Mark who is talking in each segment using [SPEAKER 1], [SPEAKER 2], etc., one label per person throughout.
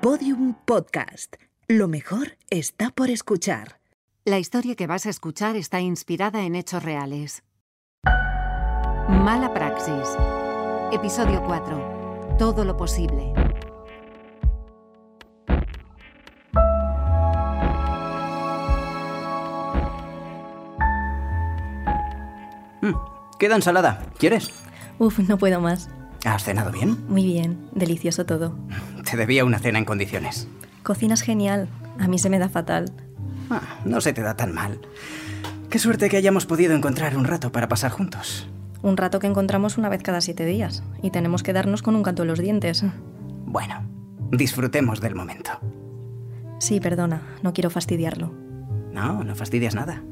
[SPEAKER 1] Podium Podcast. Lo mejor está por escuchar.
[SPEAKER 2] La historia que vas a escuchar está inspirada en hechos reales. Mala Praxis. Episodio 4. Todo lo posible.
[SPEAKER 3] Mm, queda ensalada. ¿Quieres?
[SPEAKER 4] Uf, no puedo más.
[SPEAKER 3] ¿Has cenado bien?
[SPEAKER 4] Muy bien, delicioso todo.
[SPEAKER 3] Te debía una cena en condiciones.
[SPEAKER 4] Cocinas genial, a mí se me da fatal.
[SPEAKER 3] Ah, no se te da tan mal. Qué suerte que hayamos podido encontrar un rato para pasar juntos.
[SPEAKER 4] Un rato que encontramos una vez cada siete días y tenemos que darnos con un canto en los dientes.
[SPEAKER 3] Bueno, disfrutemos del momento.
[SPEAKER 4] Sí, perdona, no quiero fastidiarlo.
[SPEAKER 3] No, no fastidias nada.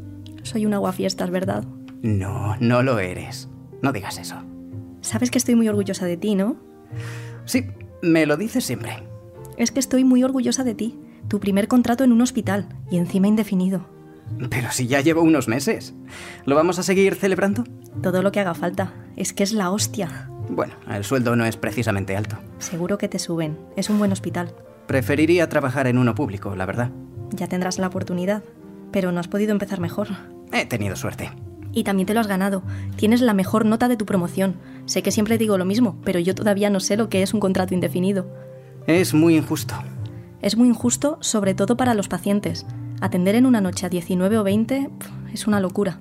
[SPEAKER 4] Soy un aguafiestas, ¿verdad?
[SPEAKER 3] No, no lo eres. No digas eso.
[SPEAKER 4] Sabes que estoy muy orgullosa de ti, ¿no?
[SPEAKER 3] Sí, me lo dices siempre.
[SPEAKER 4] Es que estoy muy orgullosa de ti. Tu primer contrato en un hospital y encima indefinido.
[SPEAKER 3] Pero si ya llevo unos meses. ¿Lo vamos a seguir celebrando?
[SPEAKER 4] Todo lo que haga falta. Es que es la hostia.
[SPEAKER 3] Bueno, el sueldo no es precisamente alto.
[SPEAKER 4] Seguro que te suben. Es un buen hospital.
[SPEAKER 3] Preferiría trabajar en uno público, la verdad.
[SPEAKER 4] Ya tendrás la oportunidad. Pero no has podido empezar mejor.
[SPEAKER 3] He tenido suerte.
[SPEAKER 4] Y también te lo has ganado. Tienes la mejor nota de tu promoción. Sé que siempre digo lo mismo, pero yo todavía no sé lo que es un contrato indefinido.
[SPEAKER 3] Es muy injusto.
[SPEAKER 4] Es muy injusto, sobre todo para los pacientes. Atender en una noche a 19 o 20 pf, es una locura.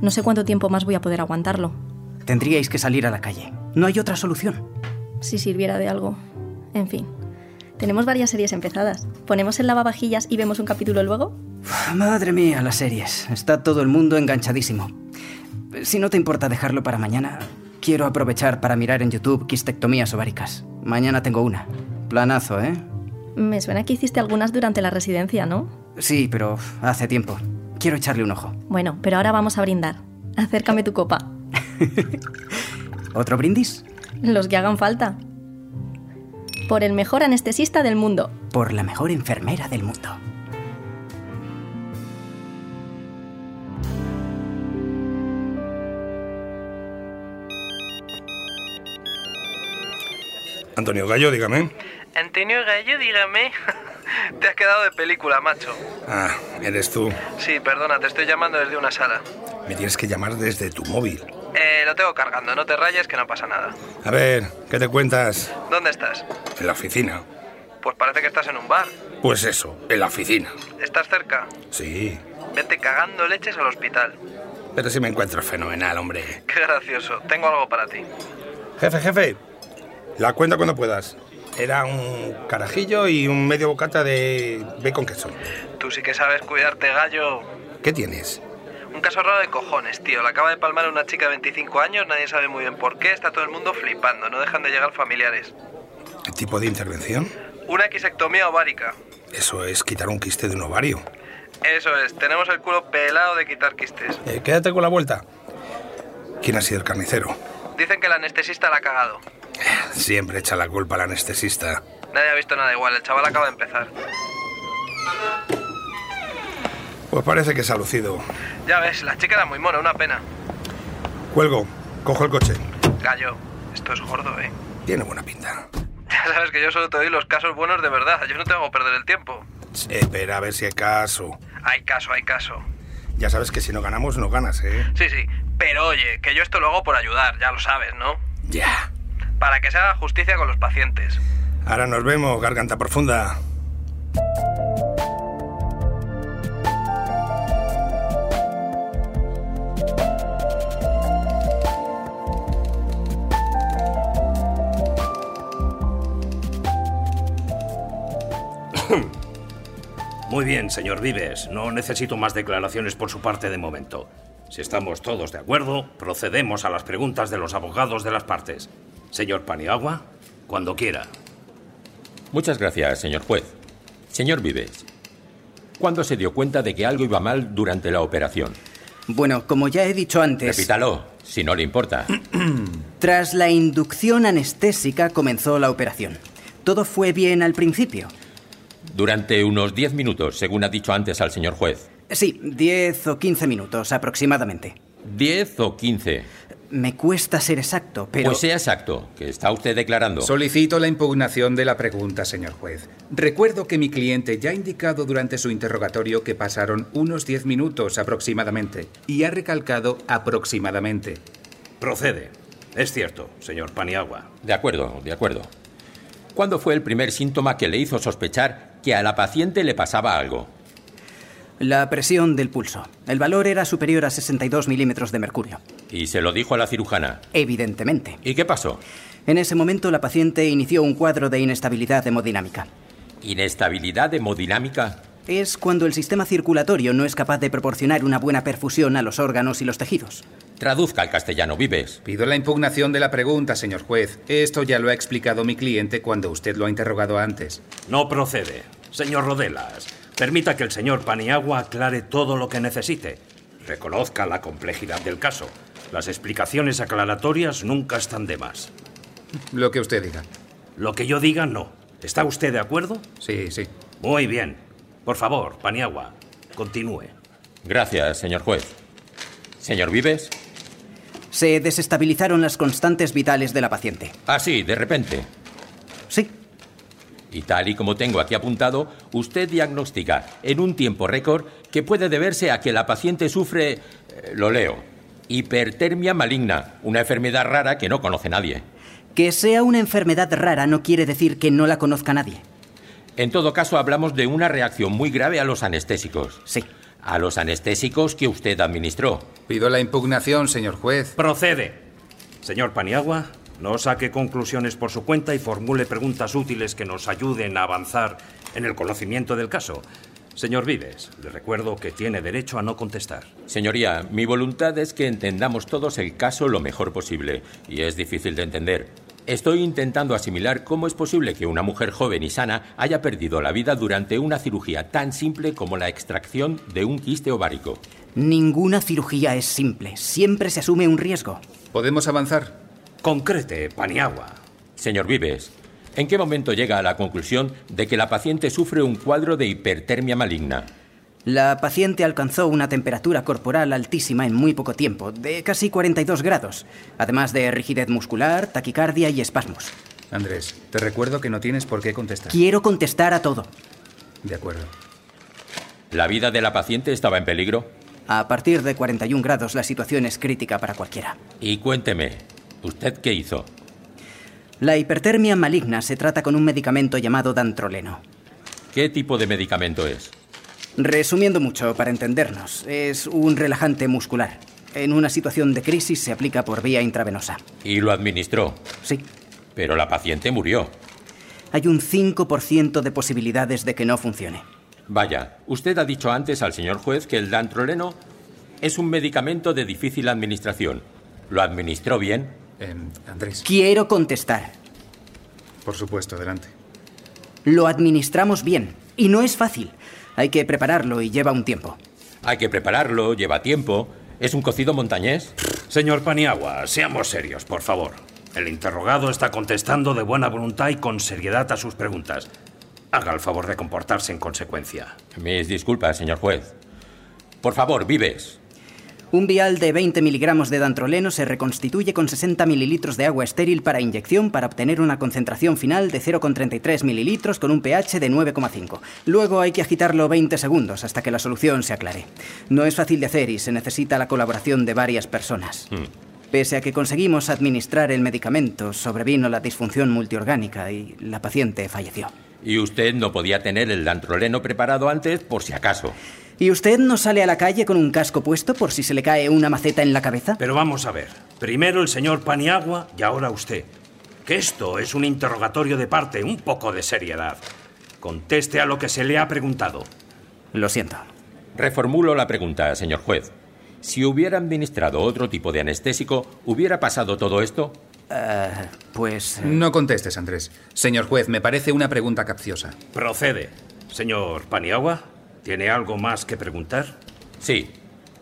[SPEAKER 4] No sé cuánto tiempo más voy a poder aguantarlo.
[SPEAKER 3] Tendríais que salir a la calle. No hay otra solución.
[SPEAKER 4] Si sirviera de algo. En fin. Tenemos varias series empezadas. ¿Ponemos el lavavajillas y vemos un capítulo luego?
[SPEAKER 3] Uf, Madre mía, las series. Está todo el mundo enganchadísimo. Si no te importa dejarlo para mañana, quiero aprovechar para mirar en YouTube quistectomías ováricas. Mañana tengo una. Planazo, ¿eh?
[SPEAKER 4] Me suena que hiciste algunas durante la residencia, ¿no?
[SPEAKER 3] Sí, pero hace tiempo. Quiero echarle un ojo.
[SPEAKER 4] Bueno, pero ahora vamos a brindar. Acércame tu copa.
[SPEAKER 3] ¿Otro brindis?
[SPEAKER 4] Los que hagan falta. Por el mejor anestesista del mundo.
[SPEAKER 3] Por la mejor enfermera del mundo.
[SPEAKER 5] Antonio Gallo, dígame.
[SPEAKER 6] Antonio Gallo, dígame. Te has quedado de película, macho.
[SPEAKER 5] Ah, eres tú.
[SPEAKER 6] Sí, perdona, te estoy llamando desde una sala.
[SPEAKER 5] Me tienes que llamar desde tu móvil.
[SPEAKER 6] Eh, lo tengo cargando, no te rayes que no pasa nada.
[SPEAKER 5] A ver, ¿qué te cuentas?
[SPEAKER 6] ¿Dónde estás?
[SPEAKER 5] En la oficina.
[SPEAKER 6] Pues parece que estás en un bar.
[SPEAKER 5] Pues eso, en la oficina.
[SPEAKER 6] ¿Estás cerca?
[SPEAKER 5] Sí.
[SPEAKER 6] Vete cagando leches al hospital.
[SPEAKER 5] Pero sí me encuentro fenomenal, hombre.
[SPEAKER 6] Qué gracioso, tengo algo para ti.
[SPEAKER 5] Jefe, jefe. La cuenta cuando puedas. Era un carajillo y un medio bocata de bacon queso.
[SPEAKER 6] Tú sí que sabes cuidarte, gallo.
[SPEAKER 5] ¿Qué tienes?
[SPEAKER 6] Un caso raro de cojones, tío. La acaba de palmar una chica de 25 años, nadie sabe muy bien por qué, está todo el mundo flipando, no dejan de llegar familiares.
[SPEAKER 5] ¿Qué tipo de intervención?
[SPEAKER 6] Una quisectomía ovárica.
[SPEAKER 5] Eso es quitar un quiste de un ovario.
[SPEAKER 6] Eso es, tenemos el culo pelado de quitar quistes.
[SPEAKER 5] Eh, quédate con la vuelta. ¿Quién ha sido el carnicero?
[SPEAKER 6] Dicen que el anestesista la ha cagado.
[SPEAKER 5] Siempre echa la culpa al anestesista.
[SPEAKER 6] Nadie ha visto nada igual, el chaval acaba de empezar.
[SPEAKER 5] Pues parece que se ha lucido.
[SPEAKER 6] Ya ves, la chica era muy mona, una pena.
[SPEAKER 5] Cuelgo, cojo el coche.
[SPEAKER 6] Gallo, esto es gordo, eh.
[SPEAKER 5] Tiene buena pinta.
[SPEAKER 6] Ya sabes que yo solo te doy los casos buenos de verdad, yo no te hago perder el tiempo.
[SPEAKER 5] Espera, a ver si acaso.
[SPEAKER 6] Hay caso, hay caso.
[SPEAKER 5] Ya sabes que si no ganamos, no ganas, ¿eh?
[SPEAKER 6] Sí, sí, pero oye, que yo esto lo hago por ayudar, ya lo sabes, ¿no?
[SPEAKER 5] Ya.
[SPEAKER 6] Para que se haga justicia con los pacientes.
[SPEAKER 5] Ahora nos vemos, garganta profunda.
[SPEAKER 7] Muy bien, señor Vives. No necesito más declaraciones por su parte de momento. Si estamos todos de acuerdo, procedemos a las preguntas de los abogados de las partes. Señor Paniagua, cuando quiera.
[SPEAKER 8] Muchas gracias, señor juez. Señor Vives, ¿cuándo se dio cuenta de que algo iba mal durante la operación?
[SPEAKER 3] Bueno, como ya he dicho antes,
[SPEAKER 8] Repítalo, si no le importa.
[SPEAKER 3] tras la inducción anestésica comenzó la operación. Todo fue bien al principio.
[SPEAKER 8] Durante unos 10 minutos, según ha dicho antes al señor juez.
[SPEAKER 3] Sí, 10 o 15 minutos aproximadamente.
[SPEAKER 8] 10 o 15.
[SPEAKER 3] Me cuesta ser exacto, pero...
[SPEAKER 8] Pues sea exacto, que está usted declarando.
[SPEAKER 9] Solicito la impugnación de la pregunta, señor juez. Recuerdo que mi cliente ya ha indicado durante su interrogatorio que pasaron unos 10 minutos aproximadamente y ha recalcado aproximadamente.
[SPEAKER 7] Procede. Es cierto, señor Paniagua.
[SPEAKER 8] De acuerdo, de acuerdo. ¿Cuándo fue el primer síntoma que le hizo sospechar que a la paciente le pasaba algo?
[SPEAKER 3] La presión del pulso. El valor era superior a 62 milímetros de mercurio.
[SPEAKER 8] Y se lo dijo a la cirujana.
[SPEAKER 3] Evidentemente.
[SPEAKER 8] ¿Y qué pasó?
[SPEAKER 3] En ese momento la paciente inició un cuadro de inestabilidad hemodinámica.
[SPEAKER 8] Inestabilidad hemodinámica.
[SPEAKER 3] Es cuando el sistema circulatorio no es capaz de proporcionar una buena perfusión a los órganos y los tejidos.
[SPEAKER 8] Traduzca al castellano, vives.
[SPEAKER 9] Pido la impugnación de la pregunta, señor juez. Esto ya lo ha explicado mi cliente cuando usted lo ha interrogado antes.
[SPEAKER 7] No procede. Señor Rodelas, permita que el señor Paniagua aclare todo lo que necesite. Reconozca la complejidad del caso. Las explicaciones aclaratorias nunca están de más.
[SPEAKER 9] Lo que usted diga.
[SPEAKER 7] Lo que yo diga, no. ¿Está usted de acuerdo?
[SPEAKER 9] Sí, sí.
[SPEAKER 7] Muy bien. Por favor, Paniagua, continúe.
[SPEAKER 8] Gracias, señor juez. Señor Vives.
[SPEAKER 3] Se desestabilizaron las constantes vitales de la paciente.
[SPEAKER 8] Así, Ah, de repente.
[SPEAKER 3] Sí,
[SPEAKER 8] Y tal y como tengo aquí apuntado, usted diagnostica en un tiempo récord que puede deberse a que la paciente sufre, eh, lo leo, hipertermia maligna, una enfermedad rara que no conoce nadie.
[SPEAKER 3] Que sea una enfermedad rara no quiere decir que no la conozca nadie.
[SPEAKER 8] En todo caso, hablamos de una reacción muy grave a los anestésicos.
[SPEAKER 3] Sí.
[SPEAKER 8] A los anestésicos que usted administró.
[SPEAKER 9] Pido la impugnación, señor juez.
[SPEAKER 7] Procede. Señor Paniagua, no saque conclusiones por su cuenta y formule preguntas útiles que nos ayuden a avanzar en el conocimiento del caso. Señor Vives, le recuerdo que tiene derecho a no contestar.
[SPEAKER 8] Señoría, mi voluntad es que entendamos todos el caso lo mejor posible, y es difícil de entender. Estoy intentando asimilar cómo es posible que una mujer joven y sana haya perdido la vida durante una cirugía tan simple como la extracción de un quiste ovárico.
[SPEAKER 3] Ninguna cirugía es simple. Siempre se asume un riesgo.
[SPEAKER 9] ¿Podemos avanzar?
[SPEAKER 7] Concrete, Paniagua.
[SPEAKER 8] Señor Vives, ¿en qué momento llega a la conclusión de que la paciente sufre un cuadro de hipertermia maligna?
[SPEAKER 3] La paciente alcanzó una temperatura corporal altísima en muy poco tiempo, de casi 42 grados, además de rigidez muscular, taquicardia y espasmos.
[SPEAKER 9] Andrés, te recuerdo que no tienes por qué contestar.
[SPEAKER 3] Quiero contestar a todo.
[SPEAKER 9] De acuerdo.
[SPEAKER 8] ¿La vida de la paciente estaba en peligro?
[SPEAKER 3] A partir de 41 grados la situación es crítica para cualquiera.
[SPEAKER 8] Y cuénteme, ¿usted qué hizo?
[SPEAKER 3] La hipertermia maligna se trata con un medicamento llamado dantroleno.
[SPEAKER 8] ¿Qué tipo de medicamento es?
[SPEAKER 3] Resumiendo mucho, para entendernos, es un relajante muscular. En una situación de crisis se aplica por vía intravenosa.
[SPEAKER 8] Y lo administró,
[SPEAKER 3] Sí,
[SPEAKER 8] pero la paciente murió.
[SPEAKER 3] hay un 5% de posibilidades de que no funcione.
[SPEAKER 8] Vaya, usted ha dicho antes al señor juez que el dantroleno es un medicamento de difícil administración. ¿Lo administró bien?
[SPEAKER 9] Em, Andrés,
[SPEAKER 3] Quiero contestar.
[SPEAKER 9] por supuesto, adelante.
[SPEAKER 3] Lo administramos bien. Y no es fácil. Hay que prepararlo y lleva un tiempo.
[SPEAKER 8] Hay que prepararlo, lleva tiempo. ¿Es un cocido montañés?
[SPEAKER 7] Señor Paniagua, seamos serios, por favor. El interrogado está contestando de buena voluntad y con seriedad a sus preguntas. Haga el favor de comportarse en consecuencia.
[SPEAKER 8] Mis disculpas, señor juez. Por favor, vives.
[SPEAKER 3] Un vial de 20 miligramos de dantroleno se reconstituye con 60 mililitros de agua estéril para inyección para obtener una concentración final de 0,33 mililitros con un pH de 9,5. Luego hay que agitarlo 20 segundos hasta que la solución se aclare. No es fácil de hacer y se necesita la colaboración de varias personas.
[SPEAKER 7] Mm.
[SPEAKER 3] Pese a que conseguimos administrar el medicamento, sobrevino la disfunción multiorgánica y la paciente falleció.
[SPEAKER 8] Y usted no podía tener el dantroleno preparado antes por si acaso.
[SPEAKER 3] ¿Y usted no sale a la calle con un casco puesto por si se le cae una maceta en la cabeza?
[SPEAKER 7] Pero vamos a ver. Primero el señor Paniagua y ahora usted. Que esto es un interrogatorio de parte, un poco de seriedad. Conteste a lo que se le ha preguntado.
[SPEAKER 3] Lo siento.
[SPEAKER 8] Reformulo la pregunta, señor juez. Si hubiera administrado otro tipo de anestésico, ¿hubiera pasado todo esto?
[SPEAKER 3] Eh, pues... eh,
[SPEAKER 9] No contestes, Andrés. Señor juez, me parece una pregunta capciosa.
[SPEAKER 7] Procede. Señor Paniagua, ¿tiene algo más que preguntar?
[SPEAKER 8] Sí.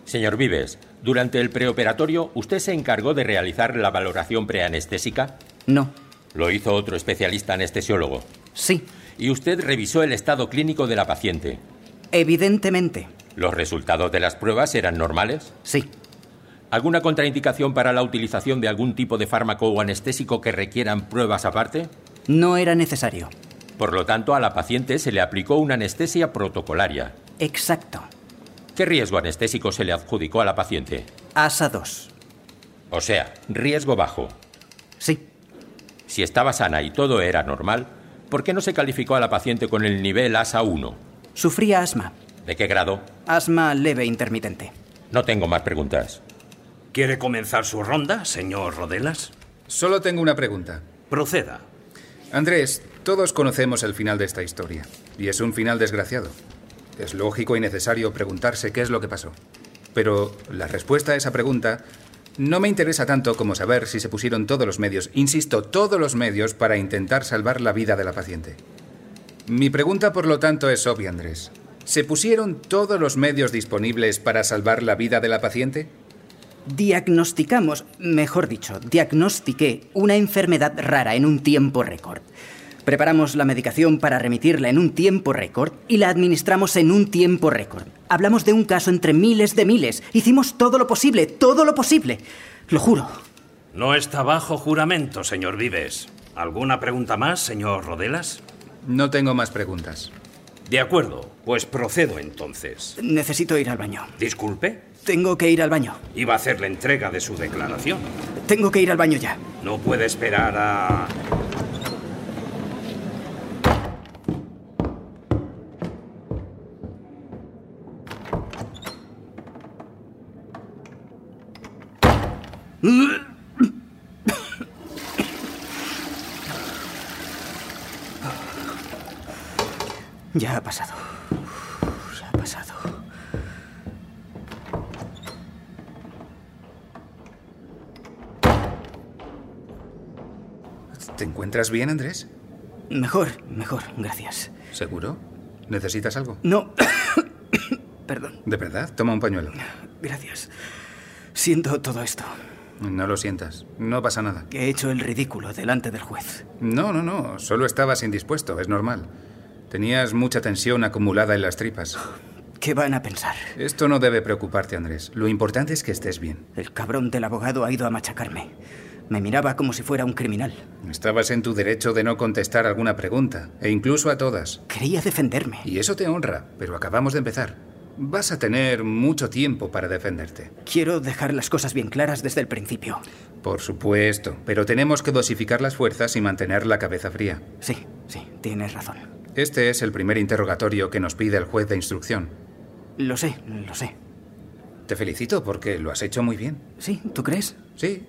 [SPEAKER 8] Señor Vives, durante el preoperatorio, ¿usted se encargó de realizar la valoración preanestésica?
[SPEAKER 3] No.
[SPEAKER 8] Lo hizo otro especialista anestesiólogo.
[SPEAKER 3] Sí.
[SPEAKER 8] Y usted revisó el estado clínico de la paciente.
[SPEAKER 3] Evidentemente.
[SPEAKER 8] ¿Los resultados de las pruebas eran normales?
[SPEAKER 3] Sí.
[SPEAKER 8] ¿Alguna contraindicación para la utilización de algún tipo de fármaco o anestésico que requieran pruebas aparte?
[SPEAKER 3] No era necesario.
[SPEAKER 8] Por lo tanto, a la paciente se le aplicó una anestesia protocolaria.
[SPEAKER 3] Exacto.
[SPEAKER 8] ¿Qué riesgo anestésico se le adjudicó a la paciente?
[SPEAKER 3] ASA 2.
[SPEAKER 8] O sea, riesgo bajo.
[SPEAKER 3] Sí.
[SPEAKER 8] Si estaba sana y todo era normal, ¿por qué no se calificó a la paciente con el nivel ASA 1?
[SPEAKER 3] Sufría asma.
[SPEAKER 8] ¿De qué grado?
[SPEAKER 3] Asma leve e intermitente.
[SPEAKER 8] No tengo más preguntas.
[SPEAKER 7] ¿Quiere comenzar su ronda, señor Rodelas?
[SPEAKER 9] Solo tengo una pregunta.
[SPEAKER 7] Proceda.
[SPEAKER 9] Andrés, todos conocemos el final de esta historia. Y es un final desgraciado. Es lógico y necesario preguntarse qué es lo que pasó. Pero la respuesta a esa pregunta no me interesa tanto como saber si se pusieron todos los medios, insisto, todos los medios para intentar salvar la vida de la paciente. Mi pregunta, por lo tanto, es obvia, Andrés. ¿Se pusieron todos los medios disponibles para salvar la vida de la paciente?
[SPEAKER 3] Diagnosticamos, mejor dicho, diagnostiqué una enfermedad rara en un tiempo récord. Preparamos la medicación para remitirla en un tiempo récord y la administramos en un tiempo récord. Hablamos de un caso entre miles de miles. Hicimos todo lo posible, todo lo posible. Lo juro.
[SPEAKER 7] No está bajo juramento, señor Vives. ¿Alguna pregunta más, señor Rodelas?
[SPEAKER 9] No tengo más preguntas.
[SPEAKER 7] De acuerdo, pues procedo entonces.
[SPEAKER 3] Necesito ir al baño.
[SPEAKER 7] Disculpe,
[SPEAKER 3] Tengo que ir al baño.
[SPEAKER 7] iba a hacer la entrega de su declaración.
[SPEAKER 3] Tengo que ir al baño ya.
[SPEAKER 7] No puede esperar a...
[SPEAKER 3] Ya ha pasado. Ya ha pasado.
[SPEAKER 9] ¿Te encuentras bien, Andrés?
[SPEAKER 3] Mejor, mejor, gracias.
[SPEAKER 9] ¿Seguro? ¿Necesitas algo?
[SPEAKER 3] No. Perdón,
[SPEAKER 9] De verdad, toma un pañuelo.
[SPEAKER 3] gracias. Siento todo esto.
[SPEAKER 9] No lo sientas. No pasa nada.
[SPEAKER 3] Que he hecho el ridículo delante del juez.
[SPEAKER 9] No, no, no. Solo estabas indispuesto. Es normal. Tenías mucha tensión acumulada en las tripas.
[SPEAKER 3] ¿Qué van a pensar?
[SPEAKER 9] Esto no debe preocuparte, Andrés. Lo importante es que estés bien.
[SPEAKER 3] El cabrón del abogado ha ido a machacarme. Me miraba como si fuera un criminal.
[SPEAKER 9] Estabas en tu derecho de no contestar alguna pregunta, e incluso a todas.
[SPEAKER 3] Quería defenderme.
[SPEAKER 9] Y eso te honra, pero acabamos de empezar. Vas a tener mucho tiempo para defenderte.
[SPEAKER 3] Quiero dejar las cosas bien claras desde el principio.
[SPEAKER 9] Por supuesto, pero tenemos que dosificar las fuerzas y mantener la cabeza fría.
[SPEAKER 3] Sí, sí, tienes razón.
[SPEAKER 9] Este es el primer interrogatorio que nos pide el juez de instrucción.
[SPEAKER 3] Lo sé, lo sé.
[SPEAKER 9] Te felicito porque lo has hecho muy bien.
[SPEAKER 3] ¿Sí? ¿Tú crees?
[SPEAKER 9] Sí.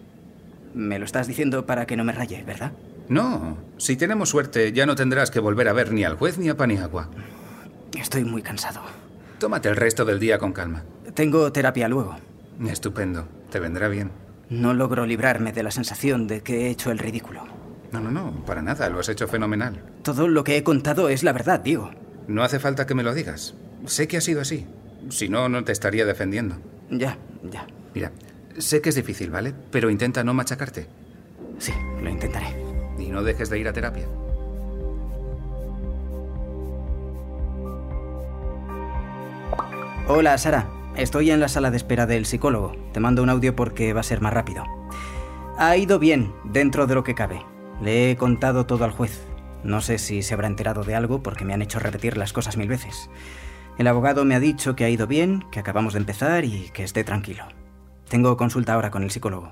[SPEAKER 3] Me lo estás diciendo para que no me raye, ¿verdad?
[SPEAKER 9] No, si tenemos suerte ya no tendrás que volver a ver ni al juez ni a Paniagua.
[SPEAKER 3] Estoy muy cansado.
[SPEAKER 9] Tómate el resto del día con calma.
[SPEAKER 3] Tengo terapia luego.
[SPEAKER 9] Estupendo, te vendrá bien.
[SPEAKER 3] No logro librarme de la sensación de que he hecho el ridículo.
[SPEAKER 9] No, no, no, para nada, lo has hecho fenomenal.
[SPEAKER 3] Todo lo que he contado es la verdad, digo.
[SPEAKER 9] No hace falta que me lo digas. Sé que ha sido así. Si no, no te estaría defendiendo.
[SPEAKER 3] Ya, ya.
[SPEAKER 9] Mira, sé que es difícil, ¿vale? Pero intenta no machacarte.
[SPEAKER 3] Sí, lo intentaré.
[SPEAKER 9] Y no dejes de ir a terapia.
[SPEAKER 3] Hola, Sara. Estoy en la sala de espera del psicólogo. Te mando un audio porque va a ser más rápido. Ha ido bien, dentro de lo que cabe. Le he contado todo al juez. No sé si se habrá enterado de algo porque me han hecho repetir las cosas mil veces. El abogado me ha dicho que ha ido bien, que acabamos de empezar y que esté tranquilo. Tengo consulta ahora con el psicólogo.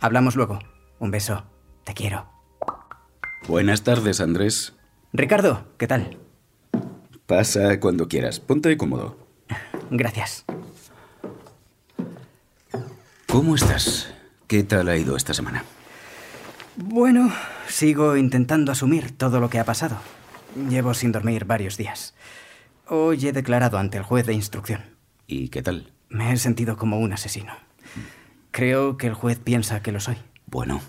[SPEAKER 3] Hablamos luego. Un beso. Te quiero.
[SPEAKER 10] Buenas tardes, Andrés.
[SPEAKER 3] Ricardo, ¿qué tal?
[SPEAKER 10] Pasa cuando quieras. Ponte cómodo.
[SPEAKER 3] Gracias.
[SPEAKER 10] ¿Cómo estás? ¿Qué tal ha ido esta semana?
[SPEAKER 3] Bueno, sigo intentando asumir todo lo que ha pasado. Llevo sin dormir varios días. Hoy he declarado ante el juez de instrucción.
[SPEAKER 10] ¿Y qué tal?
[SPEAKER 3] Me he sentido como un asesino. Creo que el juez piensa que lo soy.
[SPEAKER 10] Bueno,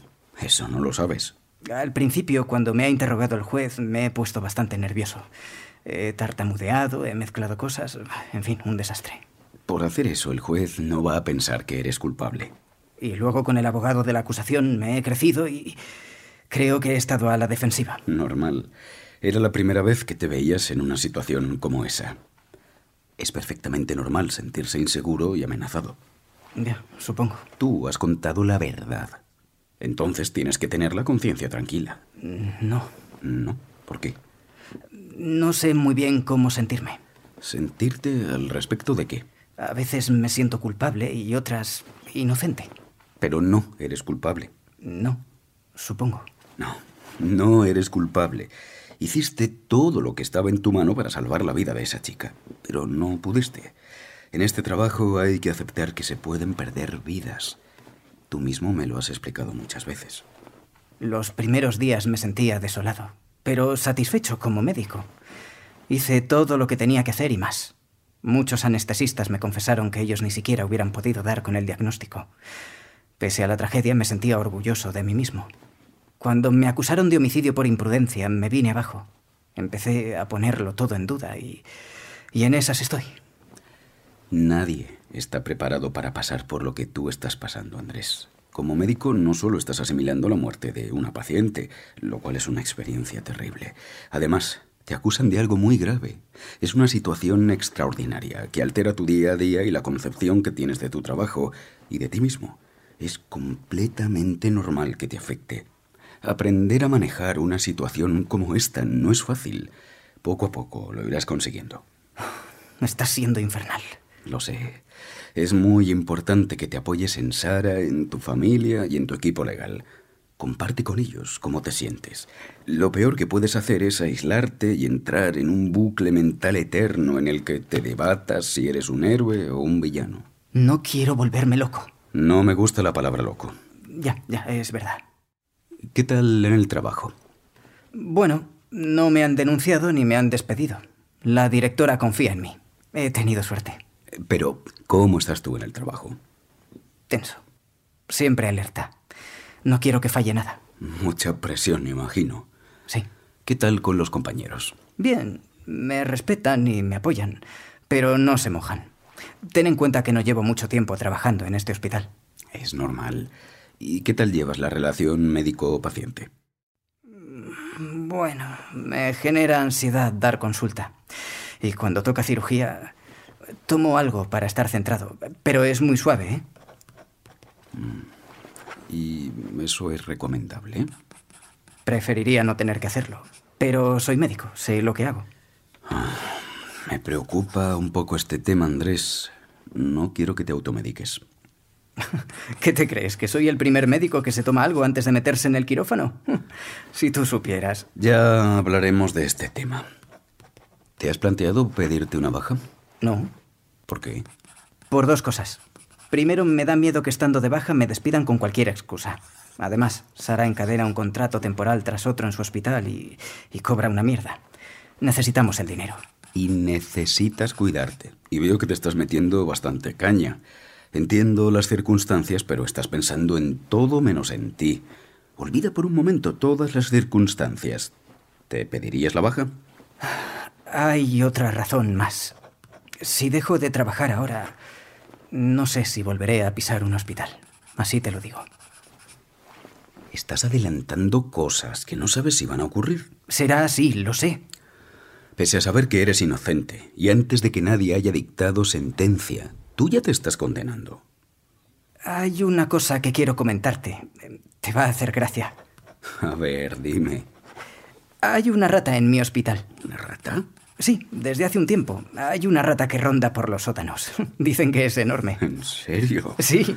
[SPEAKER 10] eso no lo sabes.
[SPEAKER 3] Al principio, cuando me ha interrogado el juez, me he puesto bastante nervioso. He tartamudeado, he mezclado cosas, en fin, un desastre.
[SPEAKER 10] Por hacer eso, el juez no va a pensar que eres culpable.
[SPEAKER 3] Y luego con el abogado de la acusación me he crecido y creo que he estado a la defensiva.
[SPEAKER 10] Normal. Era la primera vez que te veías en una situación como esa. Es perfectamente normal sentirse inseguro y amenazado.
[SPEAKER 3] Ya, supongo.
[SPEAKER 10] Tú has contado la verdad. Entonces tienes que tener la conciencia tranquila.
[SPEAKER 3] No,
[SPEAKER 10] No. ¿Por qué?
[SPEAKER 3] no sé muy bien cómo sentirme.
[SPEAKER 10] ¿Sentirte al respecto de qué?
[SPEAKER 3] A veces me siento culpable y otras inocente.
[SPEAKER 10] Pero no eres culpable.
[SPEAKER 3] No, supongo.
[SPEAKER 10] No, no eres culpable. Hiciste todo lo que estaba en tu mano para salvar la vida de esa chica, pero no pudiste. En este trabajo hay que aceptar que se pueden perder vidas. Tú mismo me lo has explicado muchas veces.
[SPEAKER 3] Los primeros días me sentía desolado, pero satisfecho como médico. Hice todo lo que tenía que hacer y más. Muchos anestesistas me confesaron que ellos ni siquiera hubieran podido dar con el diagnóstico. Pese a la tragedia me sentía orgulloso de mí mismo. Cuando me acusaron de homicidio por imprudencia, me vine abajo. Empecé a ponerlo todo en duda y... y en esas estoy.
[SPEAKER 10] Nadie está preparado para pasar por lo que tú estás pasando, Andrés. Como médico no solo estás asimilando la muerte de una paciente, lo cual es una experiencia terrible. Además, te acusan de algo muy grave. Es una situación extraordinaria que altera tu día a día y la concepción que tienes de tu trabajo y de ti mismo. Es completamente normal que te afecte. Aprender a manejar una situación como esta no es fácil. Poco a poco lo irás consiguiendo.
[SPEAKER 3] Estás siendo infernal.
[SPEAKER 10] Lo sé. Es muy importante que te apoyes en Sara, en tu familia y en tu equipo legal. Comparte con ellos cómo te sientes. Lo peor que puedes hacer es aislarte y entrar en un bucle mental eterno en el que te debatas si eres un héroe o un villano.
[SPEAKER 3] No quiero volverme loco.
[SPEAKER 10] No me gusta la palabra loco.
[SPEAKER 3] Ya, ya, es verdad.
[SPEAKER 10] ¿Qué tal en el trabajo?
[SPEAKER 3] Bueno, no me han denunciado ni me han despedido. La directora confía en mí. He tenido suerte.
[SPEAKER 10] Pero, ¿cómo estás tú en el trabajo?
[SPEAKER 3] Tenso. Siempre alerta. No quiero que falle nada.
[SPEAKER 10] Mucha presión, me imagino.
[SPEAKER 3] Sí.
[SPEAKER 10] ¿Qué tal con los compañeros?
[SPEAKER 3] Bien, me respetan y me apoyan, pero no se mojan. Ten en cuenta que no llevo mucho tiempo trabajando en este hospital.
[SPEAKER 10] Es normal. ¿Y qué tal llevas la relación médico-paciente?
[SPEAKER 3] Bueno, me genera ansiedad dar consulta. Y cuando toca cirugía, tomo algo para estar centrado, pero es muy suave, ¿eh?
[SPEAKER 10] Y eso es recomendable. ¿eh?
[SPEAKER 3] Preferiría no tener que hacerlo, pero soy médico, sé lo que hago.
[SPEAKER 10] Ah, Me preocupa un poco este tema, Andrés. No quiero que te automediques.
[SPEAKER 3] ¿Qué te crees? ¿Que soy el primer médico que se toma algo antes de meterse en el quirófano? si tú supieras.
[SPEAKER 10] Ya hablaremos de este tema. ¿Te has planteado pedirte una baja?
[SPEAKER 3] No,
[SPEAKER 10] ¿Por qué?
[SPEAKER 3] Por dos cosas. Primero, me da miedo que estando de baja me despidan con cualquier excusa. Además, Sara encadena un contrato temporal tras otro en su hospital y, y cobra una mierda. Necesitamos el dinero.
[SPEAKER 10] Y necesitas cuidarte. Y veo que te estás metiendo bastante caña. Entiendo las circunstancias, pero estás pensando en todo menos en ti. Olvida por un momento todas las circunstancias. ¿Te pedirías la baja?
[SPEAKER 3] Hay otra razón más. Si dejo de trabajar ahora, no sé si volveré a pisar un hospital. Así te lo digo.
[SPEAKER 10] Estás adelantando cosas que no sabes si van a ocurrir.
[SPEAKER 3] Será así, lo sé.
[SPEAKER 10] Pese a saber que eres inocente y antes de que nadie haya dictado sentencia, tú ya te estás condenando.
[SPEAKER 3] Hay una cosa que quiero comentarte. Te va a hacer gracia.
[SPEAKER 10] A ver, dime.
[SPEAKER 3] Hay una rata en mi hospital.
[SPEAKER 10] ¿Una rata?
[SPEAKER 3] Sí, desde hace un tiempo. Hay una rata que ronda por los sótanos. Dicen que es enorme.
[SPEAKER 10] ¿En serio?
[SPEAKER 3] Sí,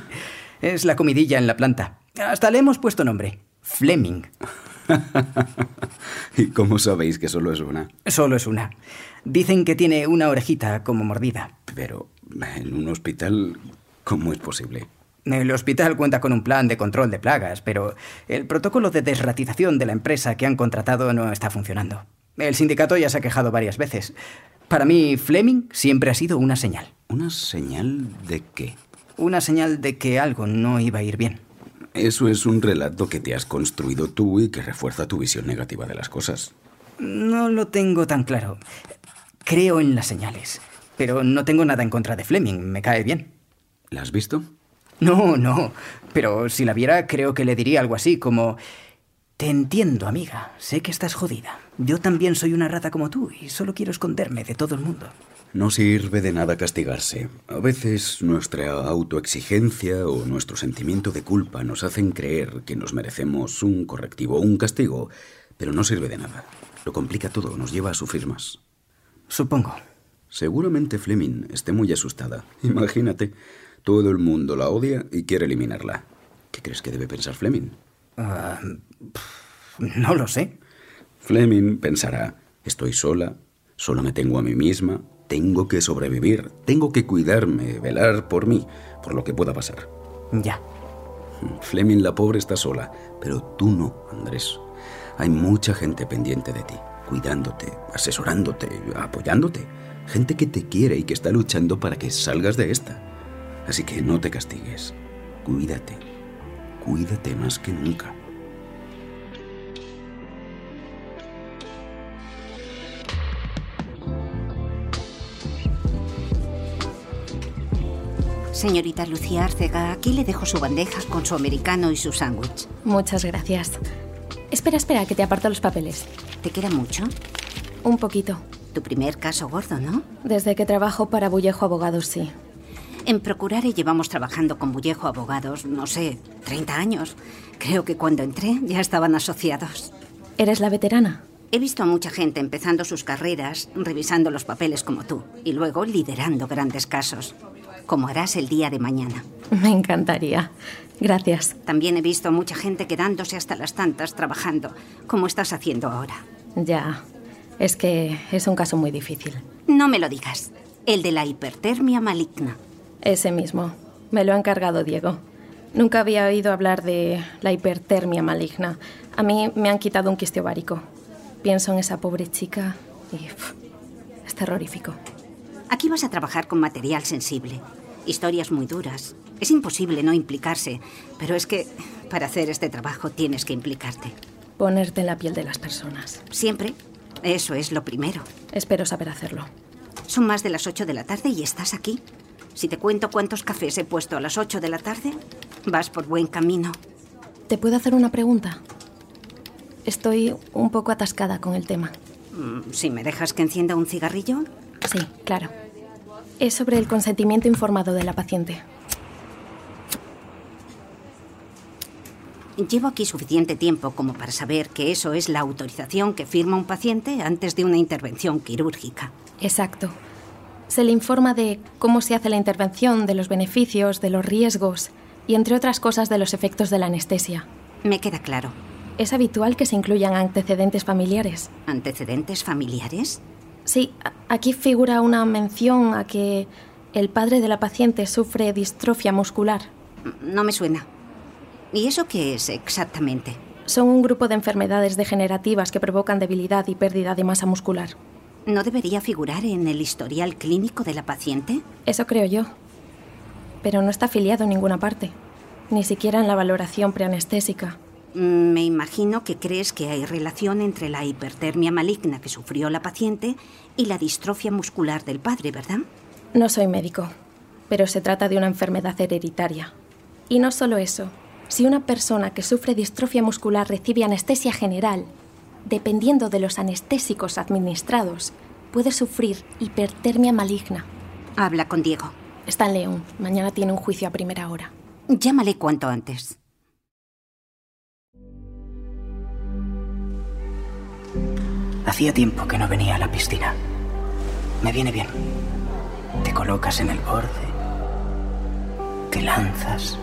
[SPEAKER 3] es la comidilla en la planta. Hasta le hemos puesto nombre. Fleming.
[SPEAKER 10] ¿Y cómo sabéis que solo es una?
[SPEAKER 3] Solo es una. Dicen que tiene una orejita como mordida.
[SPEAKER 10] Pero, en un hospital, ¿cómo es posible?
[SPEAKER 3] El hospital cuenta con un plan de control de plagas, pero el protocolo de desratización de la empresa que han contratado no está funcionando. El sindicato ya se ha quejado varias veces. Para mí, Fleming siempre ha sido una señal.
[SPEAKER 10] ¿Una señal de qué?
[SPEAKER 3] Una señal de que algo no iba a ir bien.
[SPEAKER 10] Eso es un relato que te has construido tú y que refuerza tu visión negativa de las cosas.
[SPEAKER 3] No lo tengo tan claro. Creo en las señales, pero no tengo nada en contra de Fleming, me cae bien.
[SPEAKER 10] ¿La has visto?
[SPEAKER 3] No, no, pero si la viera creo que le diría algo así como... Te entiendo, amiga, sé que estás jodida. Yo también soy una rata como tú y solo quiero esconderme de todo el mundo.
[SPEAKER 10] No sirve de nada castigarse. A veces nuestra autoexigencia o nuestro sentimiento de culpa nos hacen creer que nos merecemos un correctivo o un castigo, pero no sirve de nada. Lo complica todo, nos lleva a sufrir más.
[SPEAKER 3] Supongo.
[SPEAKER 10] Seguramente Fleming esté muy asustada. Imagínate, todo el mundo la odia y quiere eliminarla. ¿Qué crees que debe pensar Fleming?
[SPEAKER 3] Ah, no lo sé.
[SPEAKER 10] Fleming pensará, estoy sola, solo me tengo a mí misma, tengo que sobrevivir, tengo que cuidarme, velar por mí, por lo que pueda pasar.
[SPEAKER 3] Ya.
[SPEAKER 10] Fleming la pobre está sola, pero tú no, Andrés. Hay mucha gente pendiente de ti, cuidándote, asesorándote, apoyándote. Gente que te quiere y que está luchando para que salgas de esta. Así que no te castigues. Cuídate. Cuídate más que nunca.
[SPEAKER 11] Señorita Lucía Arcega, aquí le dejo su bandeja con su americano y su sándwich.
[SPEAKER 12] Muchas gracias. Espera, espera, que te aparto los papeles.
[SPEAKER 11] ¿Te queda mucho?
[SPEAKER 12] Un poquito.
[SPEAKER 11] Tu primer caso gordo, ¿no?
[SPEAKER 12] Desde que trabajo para Bullejo Abogados, sí.
[SPEAKER 11] En Procurare llevamos trabajando con Bullejo Abogados, no sé, 30 años. Creo que cuando entré ya estaban asociados.
[SPEAKER 12] ¿Eres la veterana?
[SPEAKER 11] He visto a mucha gente empezando sus carreras, revisando los papeles como tú, y luego liderando grandes casos, como harás el día de mañana.
[SPEAKER 12] Me encantaría. Gracias.
[SPEAKER 11] También he visto a mucha gente quedándose hasta las tantas trabajando, como estás haciendo ahora.
[SPEAKER 12] Ya, es que es un caso muy difícil.
[SPEAKER 11] No me lo digas, el de la hipertermia maligna.
[SPEAKER 12] Ese mismo. Me lo ha encargado Diego. Nunca había oído hablar de la hipertermia maligna. A mí me han quitado un quiste ovárico. Pienso en esa pobre chica y pff, es terrorífico.
[SPEAKER 11] Aquí vas a trabajar con material sensible, historias muy duras. Es imposible no implicarse, pero es que para hacer este trabajo tienes que implicarte.
[SPEAKER 12] Ponerte en la piel de las personas.
[SPEAKER 11] Siempre. Eso es lo primero.
[SPEAKER 12] Espero saber hacerlo.
[SPEAKER 11] Son más de las 8 de la tarde y estás aquí. Si te cuento cuántos cafés he puesto a las 8 de la tarde, vas por buen camino.
[SPEAKER 12] ¿Te puedo hacer una pregunta? Estoy un poco atascada con el tema.
[SPEAKER 11] Si Mm, me dejas que encienda un cigarrillo.
[SPEAKER 12] Sí, claro. Es sobre el consentimiento informado de la paciente.
[SPEAKER 11] Llevo aquí suficiente tiempo como para saber que eso es la autorización que firma un paciente antes de una intervención quirúrgica.
[SPEAKER 12] Exacto. Se le informa de cómo se hace la intervención, de los beneficios, de los riesgos y, entre otras cosas, de los efectos de la anestesia.
[SPEAKER 11] Me queda claro.
[SPEAKER 12] Es habitual que se incluyan antecedentes familiares.
[SPEAKER 11] ¿Antecedentes familiares?
[SPEAKER 12] Sí, aquí figura una mención a que el padre de la paciente sufre distrofia muscular.
[SPEAKER 11] No me suena. ¿Y eso qué es exactamente?
[SPEAKER 12] Son un grupo de enfermedades degenerativas que provocan debilidad y pérdida de masa muscular.
[SPEAKER 11] ¿No debería figurar en el historial clínico de la paciente?
[SPEAKER 12] Eso creo yo. Pero no está afiliado en ninguna parte, ni siquiera en la valoración preanestésica.
[SPEAKER 11] Mm, Me imagino que crees que hay relación entre la hipertermia maligna que sufrió la paciente y la distrofia muscular del padre, ¿verdad?
[SPEAKER 12] No soy médico, pero se trata de una enfermedad hereditaria. Y no solo eso, si una persona que sufre distrofia muscular recibe anestesia general, dependiendo de los anestésicos administrados, puede sufrir hipertermia maligna.
[SPEAKER 11] Habla con Diego.
[SPEAKER 12] Está en León. Mañana tiene un juicio a primera hora.
[SPEAKER 11] Llámale cuanto antes.
[SPEAKER 3] Hacía tiempo que no venía a la piscina. Me viene bien. Te colocas en el borde. Te lanzas.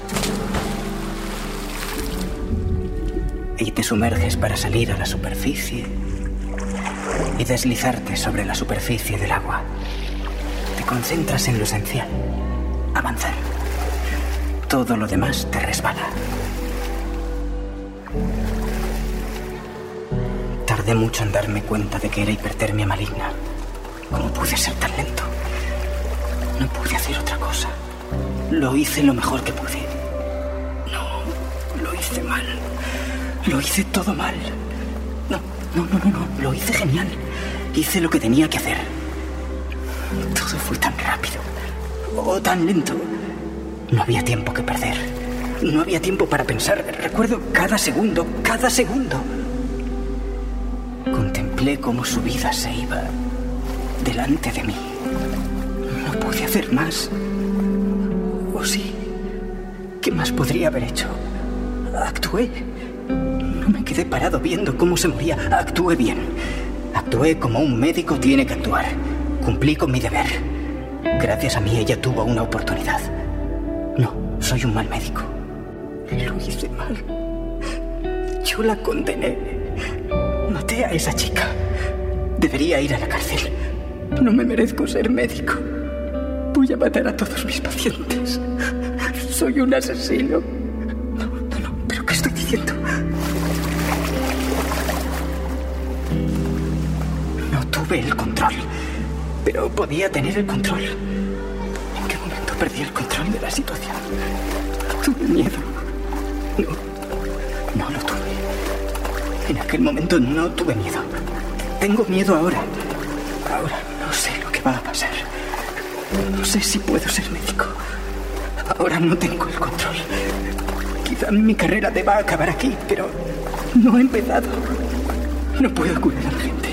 [SPEAKER 3] y te sumerges para salir a la superficie y deslizarte sobre la superficie del agua. Te concentras en lo esencial, avanzar. Todo lo demás te resbala. Tardé mucho en darme cuenta de que era hipertermia maligna. ¿Cómo pude ser tan lento? No pude hacer otra cosa. Lo hice lo mejor que pude. No, lo hice mal. Lo hice todo mal. No, no, no, no, no. Lo hice genial. Hice lo que tenía que hacer. Todo fue tan rápido. O tan lento. No había tiempo que perder. No había tiempo para pensar. Recuerdo cada segundo, cada segundo. Contemplé cómo su vida se iba. delante de mí. No pude hacer más. ¿O sí? ¿Qué más podría haber hecho? Actué. No me quedé parado viendo cómo se moría. Actué bien. Actué como un médico tiene que actuar. Cumplí con mi deber. Gracias a mí ella tuvo una oportunidad. No, soy un mal médico. Lo hice mal. Yo la condené. Maté a esa chica. Debería ir a la cárcel. No me merezco ser médico. Voy a matar a todos mis pacientes. Soy un asesino. No, no, no. ¿Pero qué estoy diciendo? No tuve el control. Pero podía tener el control. ¿En qué momento perdí el control de la situación? Tuve miedo. No. No lo tuve. En aquel momento no tuve miedo. Tengo miedo ahora. Ahora no sé lo que va a pasar. No sé si puedo ser médico. Ahora no tengo el control. Quizá mi carrera deba acabar aquí, pero no he empezado. No puedo curar a la gente.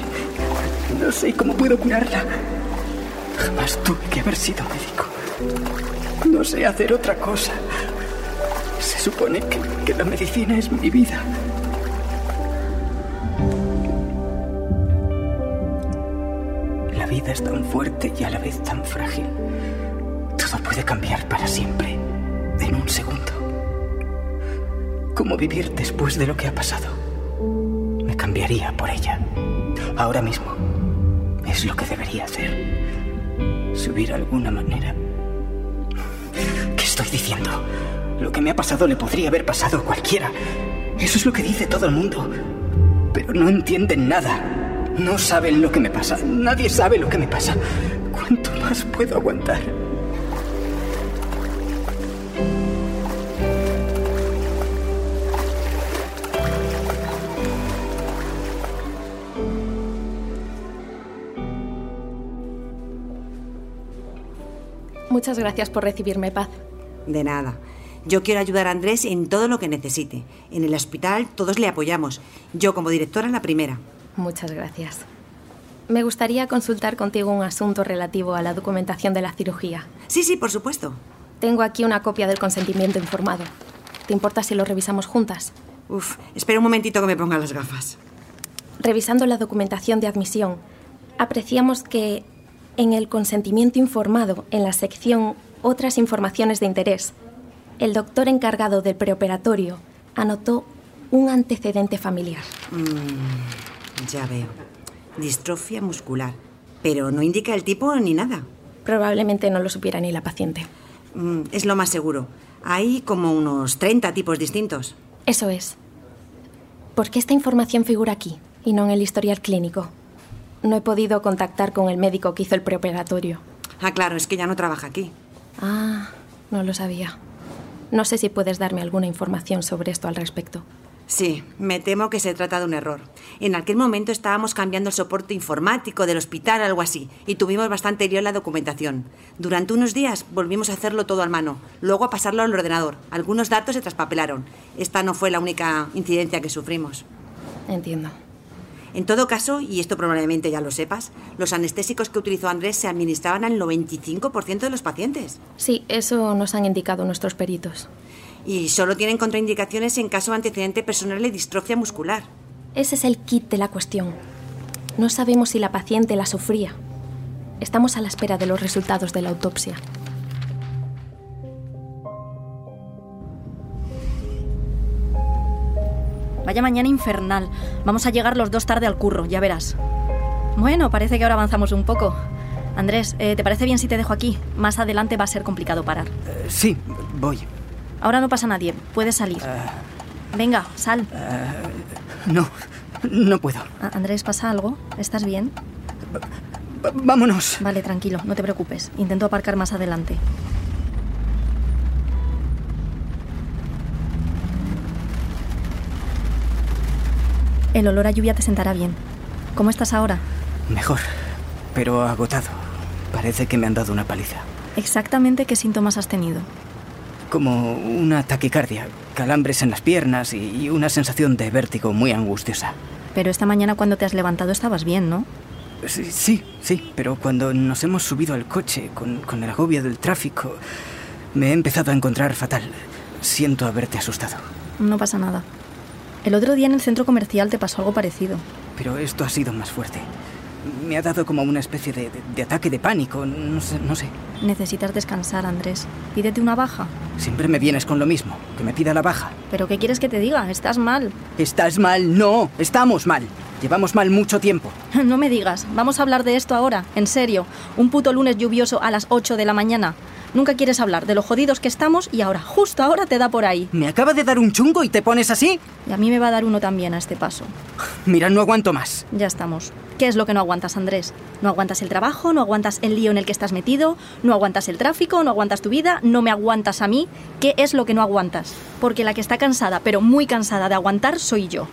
[SPEAKER 3] No sé cómo puedo curarla. Jamás tuve que haber sido médico. No sé hacer otra cosa. Se supone que, que la medicina es mi vida. La vida es tan fuerte y a la vez tan frágil. Todo puede cambiar para siempre, en un segundo. ¿Cómo vivir después de lo que ha pasado? Me cambiaría por ella. Ahora mismo. Es lo que debería hacer. Si hubiera alguna manera... ¿Qué estoy diciendo? Lo que me ha pasado le podría haber pasado a cualquiera. Eso es lo que dice todo el mundo. Pero no entienden nada. No saben lo que me pasa. Nadie sabe lo que me pasa. ¿Cuánto más puedo aguantar?
[SPEAKER 12] Muchas gracias por recibirme, Paz.
[SPEAKER 13] De nada. Yo quiero ayudar a Andrés en todo lo que necesite. En el hospital todos le apoyamos. Yo como directora la primera.
[SPEAKER 12] Muchas gracias. Me gustaría consultar contigo un asunto relativo a la documentación de la cirugía.
[SPEAKER 13] Sí, sí, por supuesto.
[SPEAKER 12] Tengo aquí una copia del consentimiento informado. ¿Te importa si lo revisamos juntas?
[SPEAKER 13] Uf, espera un momentito que me ponga las gafas.
[SPEAKER 12] Revisando la documentación de admisión, apreciamos que en el consentimiento informado, en la sección Otras informaciones de interés, el doctor encargado del preoperatorio anotó un antecedente familiar.
[SPEAKER 13] Mm, ya veo. Distrofia muscular. Pero no indica el tipo ni nada.
[SPEAKER 12] Probablemente no lo supiera ni la paciente.
[SPEAKER 13] Mm, es lo más seguro. Hay como unos 30 tipos distintos.
[SPEAKER 12] Eso es. ¿Por qué esta información figura aquí y no en el historial clínico? No he podido contactar con el médico que hizo el preoperatorio.
[SPEAKER 13] Ah, claro, es que ya no trabaja aquí.
[SPEAKER 12] Ah, no lo sabía. No sé si puedes darme alguna información sobre esto al respecto.
[SPEAKER 13] Sí, me temo que se trata de un error. En aquel momento estábamos cambiando el soporte informático del hospital o algo así, y tuvimos bastante lío en la documentación. Durante unos días volvimos a hacerlo todo a mano, luego a pasarlo al ordenador. Algunos datos se traspapelaron. Esta no fue la única incidencia que sufrimos.
[SPEAKER 12] Entiendo.
[SPEAKER 13] En todo caso, y esto probablemente ya lo sepas, los anestésicos que utilizó Andrés se administraban al 95% de los pacientes.
[SPEAKER 12] Sí, eso nos han indicado nuestros peritos.
[SPEAKER 13] Y solo tienen contraindicaciones en caso de antecedente personal de distrofia muscular.
[SPEAKER 12] Ese es el kit de la cuestión. No sabemos si la paciente la sufría. Estamos a la espera de los resultados de la autopsia.
[SPEAKER 4] Vaya mañana infernal. Vamos a llegar los dos tarde al curro, ya verás. Bueno, parece que ahora avanzamos un poco. Andrés, eh, ¿te parece bien si te dejo aquí? Más adelante va a ser complicado parar.
[SPEAKER 3] Eh, sí, voy.
[SPEAKER 4] Ahora no pasa nadie, puedes salir. Venga, sal.
[SPEAKER 3] No, no puedo.
[SPEAKER 4] A- Ah, Andrés, ¿pasa algo? ¿Estás bien?
[SPEAKER 3] Va- vámonos.
[SPEAKER 4] Vale, tranquilo, no te preocupes. Intento aparcar más adelante. El olor a lluvia te sentará bien. ¿Cómo estás ahora?
[SPEAKER 3] Mejor, pero agotado. Parece que me han dado una paliza.
[SPEAKER 4] Exactamente qué síntomas has tenido.
[SPEAKER 3] Como una taquicardia, calambres en las piernas y y una sensación de vértigo muy angustiosa.
[SPEAKER 4] Pero esta mañana cuando te has levantado estabas bien, ¿no?
[SPEAKER 3] Sí, sí, sí, pero cuando nos hemos subido al coche con, con el agobio del tráfico, me he empezado a encontrar fatal. Siento haberte asustado.
[SPEAKER 4] No pasa nada. El otro día en el centro comercial te pasó algo parecido.
[SPEAKER 3] Pero esto ha sido más fuerte. Me ha dado como una especie de, de- de ataque de pánico, no sé, no sé.
[SPEAKER 4] Necesitas descansar, Andrés. Pídete una baja.
[SPEAKER 3] Siempre me vienes con lo mismo, que me pida la baja.
[SPEAKER 4] ¿Pero qué quieres que te diga? Estás mal.
[SPEAKER 3] Estás mal, no, estamos mal. Llevamos mal mucho tiempo.
[SPEAKER 4] No me digas. Vamos a hablar de esto ahora. En serio. Un puto lunes lluvioso a las 8 de la mañana. Nunca quieres hablar de lo jodidos que estamos y ahora, justo ahora, te da por ahí.
[SPEAKER 3] Me acaba de dar un chungo y te pones así.
[SPEAKER 4] Y a mí me va a dar uno también a este paso.
[SPEAKER 3] Mira, no aguanto más.
[SPEAKER 4] Ya estamos. ¿Qué es lo que no aguantas, Andrés? No aguantas el trabajo, no aguantas el lío en el que estás metido, no aguantas el tráfico, no aguantas tu vida, no me aguantas a mí. ¿Qué es lo que no aguantas? Porque la que está cansada, pero muy cansada de aguantar, soy yo.